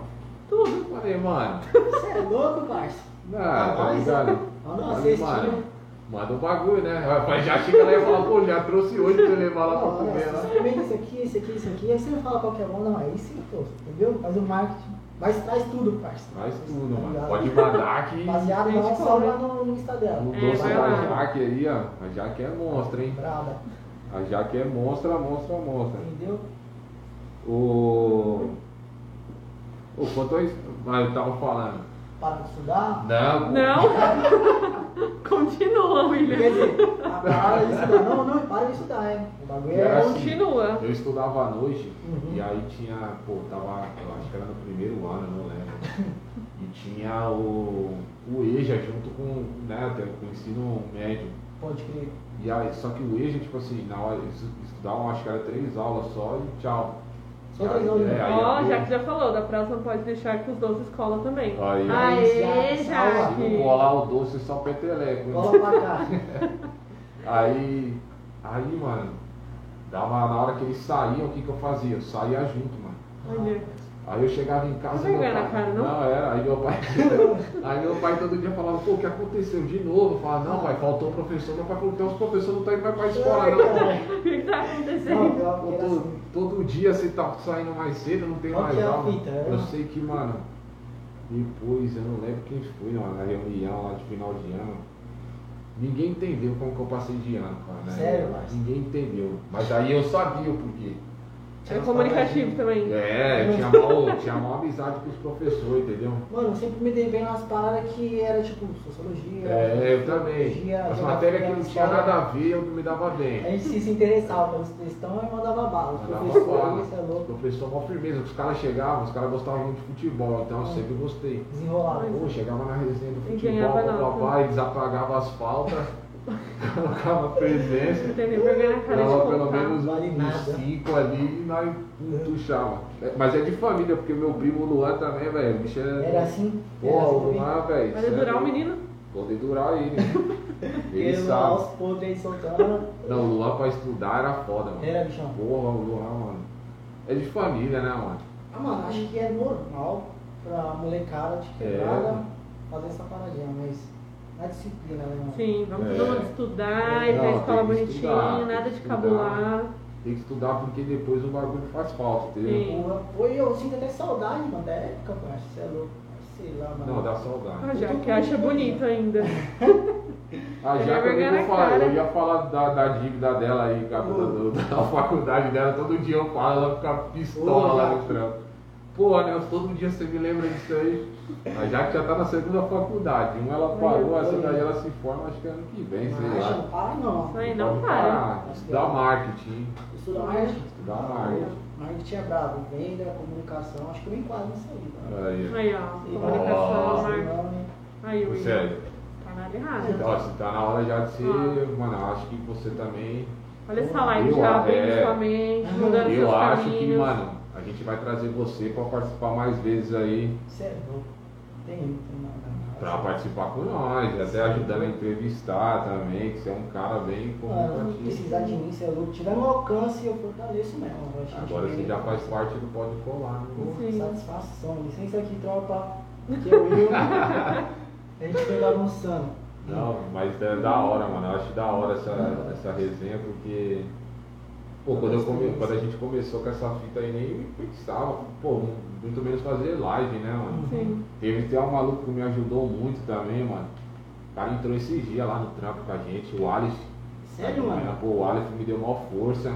A: Tudo. Falei, mano,
C: Você é louco, parça.
A: não,
C: Ah,
A: tá
C: mas-
A: ligado?
C: Ah, não,
A: Mas,
C: assistiu.
A: mano, Manda o bagulho, né? Eu falei, já chega lá e fala, pô, já trouxe hoje pra eu levar lá pra
C: Ó,
A: comer né?
C: olha,
A: lá.
C: experimenta isso aqui, isso aqui, isso aqui. Aí você não fala qual que é bom, não. Aí sim, pô. Entendeu? Faz o marketing. Mas traz tudo, parceiro.
A: Faz tudo,
C: Tá
A: mano.
C: ligado?
A: Pode mandar que.
C: Rapaziada,
B: Gente,
C: não só
B: corre.
C: lá no, no Insta
A: No
C: dela.
B: É,
A: Um doce
B: vai
A: da
B: lá.
A: Jaque aí, ó. A Jaque é monstra, hein?
C: Braba.
A: A Jaque é monstra, monstra, monstra.
C: Entendeu?
A: O. O quanto eu. Ah, eu tava falando.
C: Para de estudar.
A: Não,
B: Não. Continua,
C: Quer
B: William.
C: dizer, ah, para de estudar. Não, não, para de estudar, é. O bagulho
A: Era
C: é.
A: assim.
B: Continua.
A: Eu estudava à noite
C: Uhum.
A: e aí tinha, pô, tava, eu acho que era no primeiro ano, não lembro. E tinha o, o EJA junto com, né, até com o ensino médio.
C: Pode crer.
A: E aí, só que o EJA, tipo assim, na hora, eles estudavam acho que era três aulas só e tchau.
C: Só três aulas,
A: É,
C: né?
A: aí,
B: Ó,
A: aí,
B: já que já falou, da próxima pode deixar que os doces colam também.
A: Aí, ó.
B: Aê,
C: Se
A: Se não
B: Jaque.
A: colar o doce, só peteleco. hein?
C: Cola pra cá.
A: né? Aí, aí, mano, dava na hora que eles saíam, o que que eu fazia? Eu saía junto, mano.
B: Olha.
A: Aí eu chegava em casa.
B: Não
A: meu
B: vergonha na
A: pai-
B: cara, não?
A: Não, era. Aí meu pai. aí meu pai todo dia falava, pô, o que aconteceu? De novo? Eu falava, não, pai, faltou o professor. Meu pai falou, então os professores não estão indo mais pra escola, né? não.
B: O que que tá acontecendo?
C: Não, pior que era
A: Todo,
C: assim.
A: todo dia você tá saindo mais cedo, não tem
C: Qual
A: mais
C: que é a
A: aula.
C: fita?
A: Eu sei que, mano, depois, eu não lembro quem foi, mano, na reunião lá de final de ano. Ninguém entendeu como que eu passei de ano, cara. né?
C: Sério, Márcio?
A: Ninguém entendeu. Mas aí eu sabia o porquê.
B: É comunicativo também.
A: É, eu tinha mal, tinha mal amizade com os professores, entendeu?
C: Mano, eu sempre me dei bem nas paradas que era tipo sociologia.
A: É, eu também.
C: geografia,
A: As matérias que não tinha
C: história.
A: nada a ver, eu me dava
C: A
A: bem.
C: gente se se interessava pelos textão e mandava bala. Os
A: Mandava
C: professores,
A: bala.
C: isso é
A: O
C: louco,
A: professor mó firmeza, os caras chegavam, os caras gostavam muito de futebol, então eu
C: É.
A: sempre gostei.
C: desenrolava.
A: Pô, chegava na resenha do
B: E ganhava
A: futebol com
B: nota.
A: o papai, desapagava as faltas, colocava
B: Não
A: presença,
B: tem nem vergonha na cara é de
A: dava pelo
B: contar.
A: menos
C: Vale
A: uns
C: nada.
A: cinco ali e nós puxava. É, Mas é de família, porque meu primo Luan também, velho, o bicho
C: Era
A: é.
C: assim?
A: Pô,
C: era assim
A: o
C: também.
A: Luan, velho.
B: Vai
A: cê é
B: dedurar o
A: doido.
B: menino?
A: Vou dedurar ele. né? ele
C: Ele lá
A: sabe.
C: aos podres aí soltando.
A: Não, o Luan pra estudar era foda, mano.
C: Era, bichão.
A: Porra, o Luan, mano. É de família, né, mano?
C: Ah, mano, acho que é normal pra molecada de
A: É.
C: quebrada fazer essa paradinha, mas na disciplina, né, mano?
B: Sim, vamos
A: É.
B: todo mundo estudar, ir pra
A: Não, tem
B: escola
A: que
B: bonitinho,
A: estudar, tem
B: nada
A: que
B: de
A: estudar.
B: cabular.
A: Tem que estudar porque depois o bagulho faz falta, entendeu?
B: Sim.
C: Porra, foi, eu sinto até saudade, mano, da época, pô, acho que você é louco. Sei lá, mano.
A: Não, dá saudade.
B: Ah, já que acha bonito ainda.
A: Ah,
B: Ele é
A: já que eu
B: vergonha
A: nem vou
B: na
A: falar,
B: cara.
A: eu ia falar da, da dívida dela aí, cara, da, da- da faculdade dela, todo dia eu falo, ela fica pistola
C: Ô,
A: lá
C: Jaque.
A: no trampo. Pô, Nelson, né, todo dia você me lembra disso aí. A Jaque já tá na segunda faculdade. Uma ela parou, a segunda ela se forma, acho que ano que vem, sei
C: Mas
A: lá.
C: não para não.
B: Isso aí não
A: Pode
B: para.
A: parar, Estudar marketing.
C: Estuda marketing.
A: Estudar marketing.
C: Marketing é brabo, venda, comunicação, acho que eu enquadro nisso aí, mano.
A: Aí.
B: Aí, ó.
C: Sei lá,
A: Ó. Ah,
B: Comunicação,
C: sei
B: marketing.
C: lá, né?
B: Aí, o
A: Sério.
B: Tá nada errado.
A: Ó, você tá na hora já de ser.
B: Ah.
A: Mano, eu acho que você também.
B: Olha essa live
A: Eu
B: já
A: acho-
B: abrindo
A: é.
B: sua mente, mudando seus
A: Eu acho que,
B: caminhos.
A: mano, a gente vai trazer você pra participar mais vezes aí.
C: Você é louco. Tem muito, mano.
A: Pra participar com nós, até ajudando a entrevistar também, que você é um cara bem
C: Mano,
A: comunicativo.
C: precisar de mim, você é louco. Tiver no alcance, eu fortaleço mesmo. eu acho que
A: Agora
C: tem-
A: você já faz parte do Pode Colar, né?
C: Porra,
B: Sim.
C: Satisfação. Licença aqui, tropa. Que eu e eu. A gente foi bagunçando.
A: Não, mas é da hora, mano. Eu acho da hora essa, essa resenha, porque. Pô, quando, eu come- quando a gente começou com essa fita aí, nem pensava, pô, muito menos fazer live, né, mano?
B: Sim.
A: Teve até um maluco que me ajudou muito também, mano. O cara entrou esses dias lá no trampo com a gente, o Alice.
C: Sério, mano?
A: Pô, o Alice me deu maior força.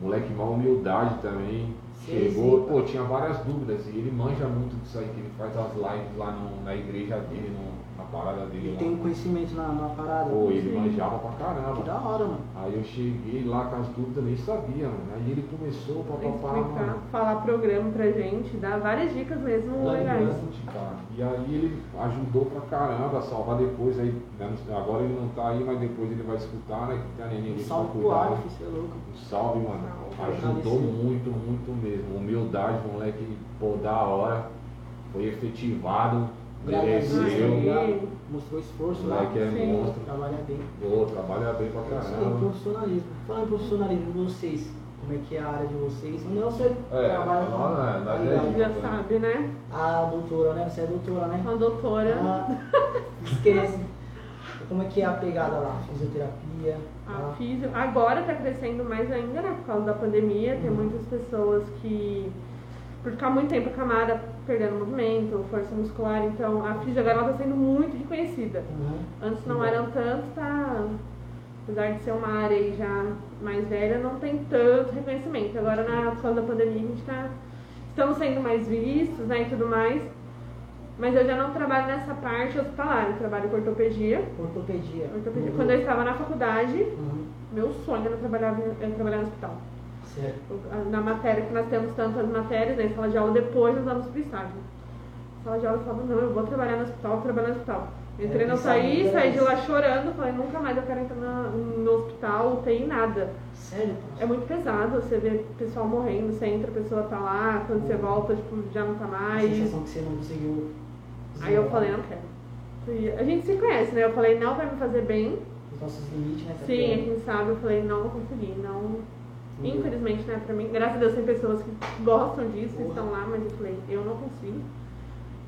A: Moleque, maior humildade também.
C: Sim,
A: Chegou,
C: sim.
A: pô, tinha várias dúvidas. E ele manja muito disso aí, que ele faz as lives lá no- na igreja dele, no- na parada dele
C: Ele
A: lá.
C: tem um conhecimento na, na parada.
A: Pô, ele
B: Sim.
A: manjava pra
C: Que
A: caramba.
C: da hora, mano.
A: Aí eu cheguei lá com as dúvidas, nem sabia, mano. Aí ele começou pra
B: Tem que
A: papar,
B: explicar,
A: mano.
B: falar programa pra gente, dar várias dicas mesmo né,
C: Dá
B: legais.
C: dicas.
A: Bastante, cara. E aí ele ajudou pra caramba a salvar depois. Aí, né, agora ele não tá aí, mas depois ele vai escutar, né? Que tem a neném
C: Um
A: dele pra
C: salve pro
A: cuidar.
C: Alf, você é louco.
A: Um salve, mano. Ajudou muito, muito mesmo. Humildade, moleque, pô, da hora. Foi efetivado,
C: Graças a Deus, tá
A: mereceu.
C: ligado? Mostrou esforço lá.
A: Moleque é
B: Sim.
A: monstro.
C: Trabalha bem.
A: Pô, trabalha bem pra
C: Isso aí,
A: caramba.
C: profissionalismo. Falando em profissionalismo de vocês, como é que é a área de vocês? O Nelson
A: É,
C: trabalha com-
A: nós é- nós é
C: Legal.
A: de-
B: Já sabe, né?
C: A doutora, né? Você é doutora, né?
B: Uma doutora.
C: Ah, esquece. Como é que é a pegada lá? Fisioterapia?
B: A
C: tá?
B: fisio- Agora está crescendo mais ainda, né? Por causa da pandemia. Tem
C: Uhum.
B: muitas pessoas que por ficar muito tempo acamada, perdendo movimento, força muscular. Então a física agora ela tá sendo muito reconhecida.
C: Uhum.
B: Antes não eram tantos, tá? Apesar de ser uma área aí já mais velha, não tem tanto reconhecimento. Agora, na por causa da pandemia, a gente tá. Estamos sendo mais vistos, né? E tudo mais. Mas eu já não trabalho nessa parte hospitalar, eu trabalho com ortopedia.
C: Ortopedia.
B: Ortopedia.
C: Uhum.
B: Quando eu estava na faculdade,
C: Uhum.
B: meu sonho era trabalhar, era trabalhar no hospital.
C: Certo.
B: Na matéria que nós temos tantas matérias, né? Sala de aula depois nós vamos pro estágio. Sala de aula eu falava, não, eu vou trabalhar no hospital, vou trabalhar no hospital. Entrei
C: É,
B: no
C: e saiu
B: saí,
C: dessa
B: saí de
C: vez.
B: lá chorando, falei, nunca mais eu quero entrar na- no hospital, UTI, nada.
C: Sério,
B: É
C: professor?
B: muito pesado, você vê pessoal morrendo, você entra, a pessoa tá lá, quando você volta, tipo, já não tá
C: A
B: mais.
C: sensação que você não conseguiu.
B: Aí eu
C: desenrolar
B: falei, não quero. E a gente se conhece, né? Eu falei, não vai me fazer bem.
C: Os nossos limites, né?
B: Sim, a
C: Fabiana?
B: gente sabe, eu falei, não vou conseguir, não. Infelizmente, né, pra mim, graças a Deus tem pessoas que gostam disso, que estão lá, mas eu falei, eu não consigo.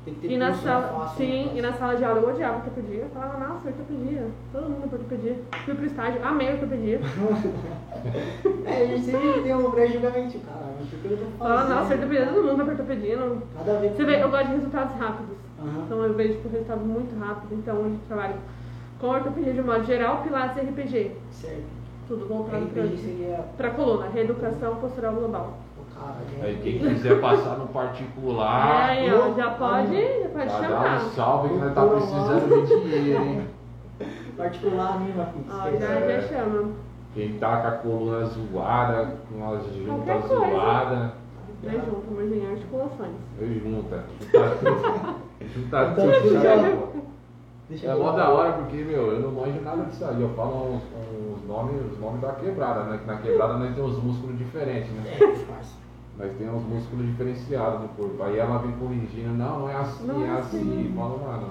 C: Tem que ter
B: E na
C: curso, né,
B: sala,
C: fácil,
B: sim,
C: né,
B: e na sala de aula eu odiava ortopedia, eu falava, nossa, ortopedia, todo mundo pra ortopedia. Fui pro estágio, amei ortopedia.
C: É, a gente sempre tem um pré-julgamento, cara. Mas o que eu tô
B: Falava,
C: fazendo?
B: nossa, ortopedia, todo mundo vai pra ortopedia. não-
C: Nada a ver
B: Você vê, eu gosto de resultados rápidos.
C: Aham.
B: Então eu vejo tipo, resultado muito rápido, então hoje eu trabalho com ortopedia de um modo geral, pilates e RPG.
C: Certo.
B: Tudo
C: Pra
B: voltado pra,
C: RPG seria.
B: pra coluna, reeducação postural global.
C: Pô, cara, né?
A: Aí
C: gente.
A: quem quiser passar no particular,
B: É, Aí, ó, já pode, já pode
A: já dá
B: chamar.
A: um salve que nós tá precisando de dinheiro, hein?
C: Particular, né, Marquinhos?
B: Ó, já, já chama.
A: Quem tá com a coluna zoada, com as
B: Qualquer
A: juntas
B: coisa.
A: zoadas,
B: Né, junto, amorzinho, articulações.
A: eu junta. Junta, junta
C: Então,
A: tudo,
C: já-
A: sabe, pô?
C: Deixa
A: É
C: eu
A: mó
C: ver.
A: da hora, porque, meu, eu não manjo nada disso aí. Eu falo os, os nomes, os nomes da quebrada, né? Que na quebrada nós temos uns músculos diferentes, né?
C: É, parça.
A: Nós temos uns músculos diferenciados no corpo. Aí ela vem corrigindo, não, não é assim,
B: Não é
A: é
C: né?
A: assim. Eu Falo, mano,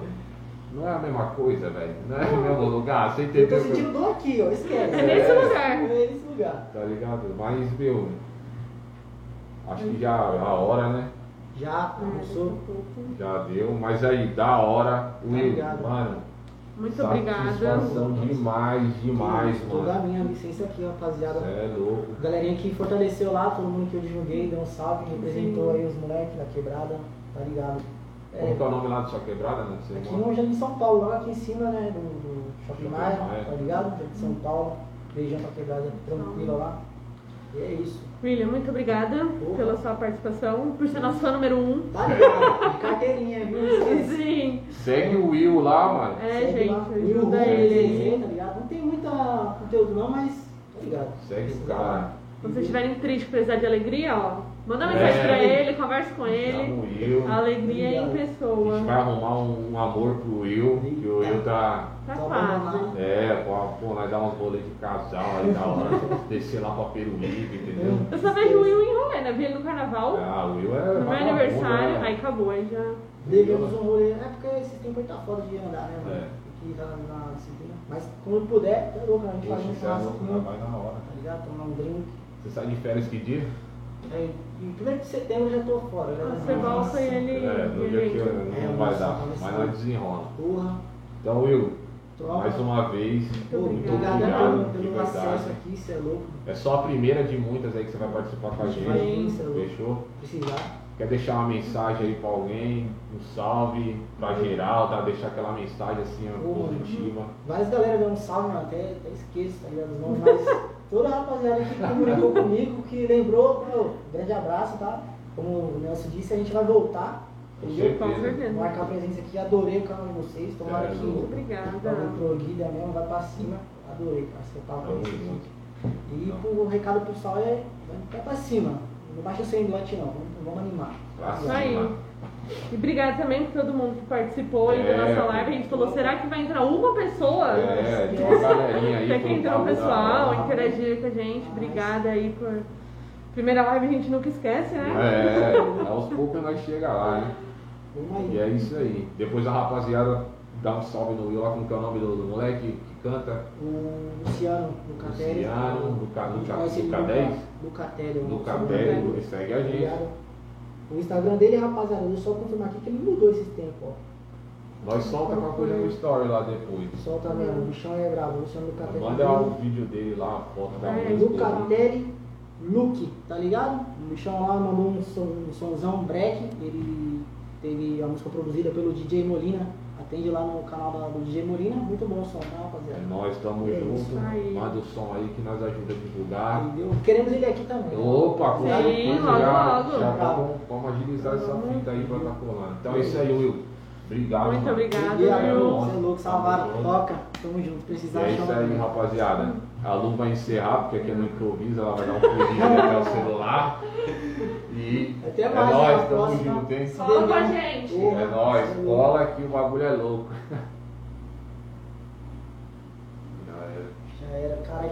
A: não é a mesma coisa, velho. Não é o mesmo lugar, você
C: Eu
A: entendeu?
C: tô sentindo dor aqui, ó. Esquece.
B: É nesse lugar.
C: É nesse lugar.
A: Tá ligado? Mas, meu, acho que já é a hora, né?
C: Já
B: Né,
C: almoçou?
A: Já deu, mas aí, da hora, Will,
C: Obrigado.
A: mano.
B: Muito obrigada.
A: satisfação demais, demais,
C: Vou dar
A: mano.
C: minha licença aqui, rapaziada.
A: Cê é louco.
C: Galerinha que fortaleceu lá, todo mundo que eu joguei, deu um salve, representou aí os moleques da quebrada, tá ligado? É,
A: Como que é o nome lá da sua quebrada, né? que Você
C: aqui
A: mora?
C: no Jardim São Paulo, lá aqui em cima, né, do, do Shopping
A: Shopping
C: Maia,
A: Maia.
C: tá ligado? Jardim São Paulo, beijão pra quebrada tranquila lá. E é isso.
B: William, muito obrigada pela sua participação, por ser nosso fã número um.
C: Tá ligado? De Carteirinha, viu? Não esquece.
B: Sim.
A: Segue o Will lá, mano.
B: É,
C: Segue
B: gente,
C: lá,
B: ajuda
C: Will,
B: ele.
C: Zezinho, tá ligado? Não tem muita conteúdo não, mas tá ligado.
A: Segue o cara.
B: Quando vocês estiverem tristes, precisar de alegria, ó, manda mensagem
A: É.
B: pra ele, conversa com
A: Chama
B: ele.
A: o Will.
B: A alegria é em
A: A gente vai
B: pessoa.
A: arrumar um, um amor pro Will, que o Will tá.
B: Tá
C: Só vamos lá.
B: fácil.
A: É, pô, pô, nós dá uns rolês de casal aí da hora. Descer lá pra Peruíbe, entendeu?
B: Eu só vejo o Will em rolê, né? Vi ele no carnaval.
A: Ah, o Will é.
B: No meu
A: vagabundo,
B: aniversário,
A: né?
B: aí acabou, aí já.
C: Devemos um rolê, é porque esse tempo aí tá foda de andar, né, mano?
A: É.
C: Aqui tá na disciplina. Mas quando puder, tá louco, a gente faz
A: Poxa,
C: um
A: você é louco,
C: churrasquinho,
A: né? vai na hora.
C: tá ligado? Tomar um drink.
A: Você sai de férias que dia?
C: É, em 1 de setembro eu já tô fora, já
B: Você volta e ele.
A: É, no dia
B: ele
A: que eu-
B: entra.
A: não vai dar, mas nós desenrola.
C: Porra,
A: Então, Will,
C: troca.
A: mais uma vez,
C: Pô,
A: muito
C: obrigado
A: obrigado,
C: pelo,
A: de
C: pelo acesso
A: verdade.
C: aqui, você é louco.
A: É só a primeira de muitas aí que você vai participar com a
C: Vai
A: gente.
C: vir, você é louco.
A: Fechou?
C: Precisar.
A: Quer deixar uma mensagem aí pra alguém? Um salve pra geral, tá? Deixar aquela mensagem assim, ó,
C: Boa.
A: positiva.
C: Várias galera deu um salve, mano, até, até esqueço, tá ligado? Os nomes, mas toda a rapaziada que comunicou comigo, que lembrou, pô, grande abraço, tá? Como o Nelson disse, a gente vai voltar,
A: Com
C: entendeu?
B: Com
A: certeza.
B: certeza.
C: marcar a presença aqui. Adorei o canal de vocês. Tomara
A: É,
C: que
A: louco.
B: Obrigada.
C: o bagulho progrida mesmo, vai pra cima. Adorei, parceiro. Tá
A: Tamo
C: com
A: junto.
C: E pro- o recado pro pessoal é vai pra cima. Não baixa o seu endote não. Vamos, vamos animar.
A: Pra
B: Isso aí.
A: cima.
B: E obrigada também por todo mundo que participou aí
A: É.
B: da nossa live. A gente falou, será que vai entrar uma pessoa?
A: É, tem uma galerinha aí. um então, tá.
B: Até que entrou o
A: todo mundo
B: pessoal,
A: lá.
B: interagir com a gente. Obrigada aí por. Primeira live a gente nunca esquece, né?
A: É, aos poucos nós chega lá, né?
C: Vamos aí.
A: E é isso aí. Depois a rapaziada dá um salve no Will lá, como que é o nome do, do moleque que canta?
C: O Luciano, Luca Teres.
A: Luciano, Luca-
C: A gente
A: Luca-
C: conhece ele,
A: Luca
C: Luca-
A: 10?
C: Luca Teres.
A: Luca
C: Luciano
A: Pérez,
C: Luca
A: ele segue a gente.
C: Obrigado. O Instagram dele, rapaziada, eu só confirmar aqui que ele mudou esses tempos, ó.
A: Nós solta qualquer coisa no story lá depois.
C: Solta
A: um
C: mesmo, o chão é bravo, Luciano Luca Teres.
A: Manda o vídeo dele lá, a foto da
B: um É,
A: música.
C: Lucatelli Luke, tá ligado? O bichão lá mandou um, som, um somzão break, ele teve a música produzida pelo DJ Molina, atende lá no canal da- do DJ Molina, muito bom o som, tá
A: É
C: rapaziada?
A: nós, tamo
C: É
A: junto.
B: isso aí.
A: Manda o som aí que nós ajuda a divulgar.
C: Entendeu? Queremos ele aqui também.
A: Tá. Opa, com
B: Sim,
A: certeza
B: logo,
A: já,
B: logo.
A: já tá bom. Vamos agilizar essa fita aí pra tá colando. Então é isso aí, Will. Obrigado.
B: Muito
A: mano.
B: obrigada,
C: E aí,
B: Will.
C: você é louco, salvaram,
A: Tamo junto.
C: toca, tamo junto, precisar
A: É isso
C: chama.
A: aí, rapaziada. A Lu vai encerrar, porque aqui é no improviso, ela vai dar um pulinho ali até o celular. E
C: Até
A: é
C: mais, até a
A: nóis, tamo
C: próxima.
A: junto, hein?
B: Cola com a gente.
A: É nóis, cola que o bagulho é louco. Já era.
C: Já era, cara.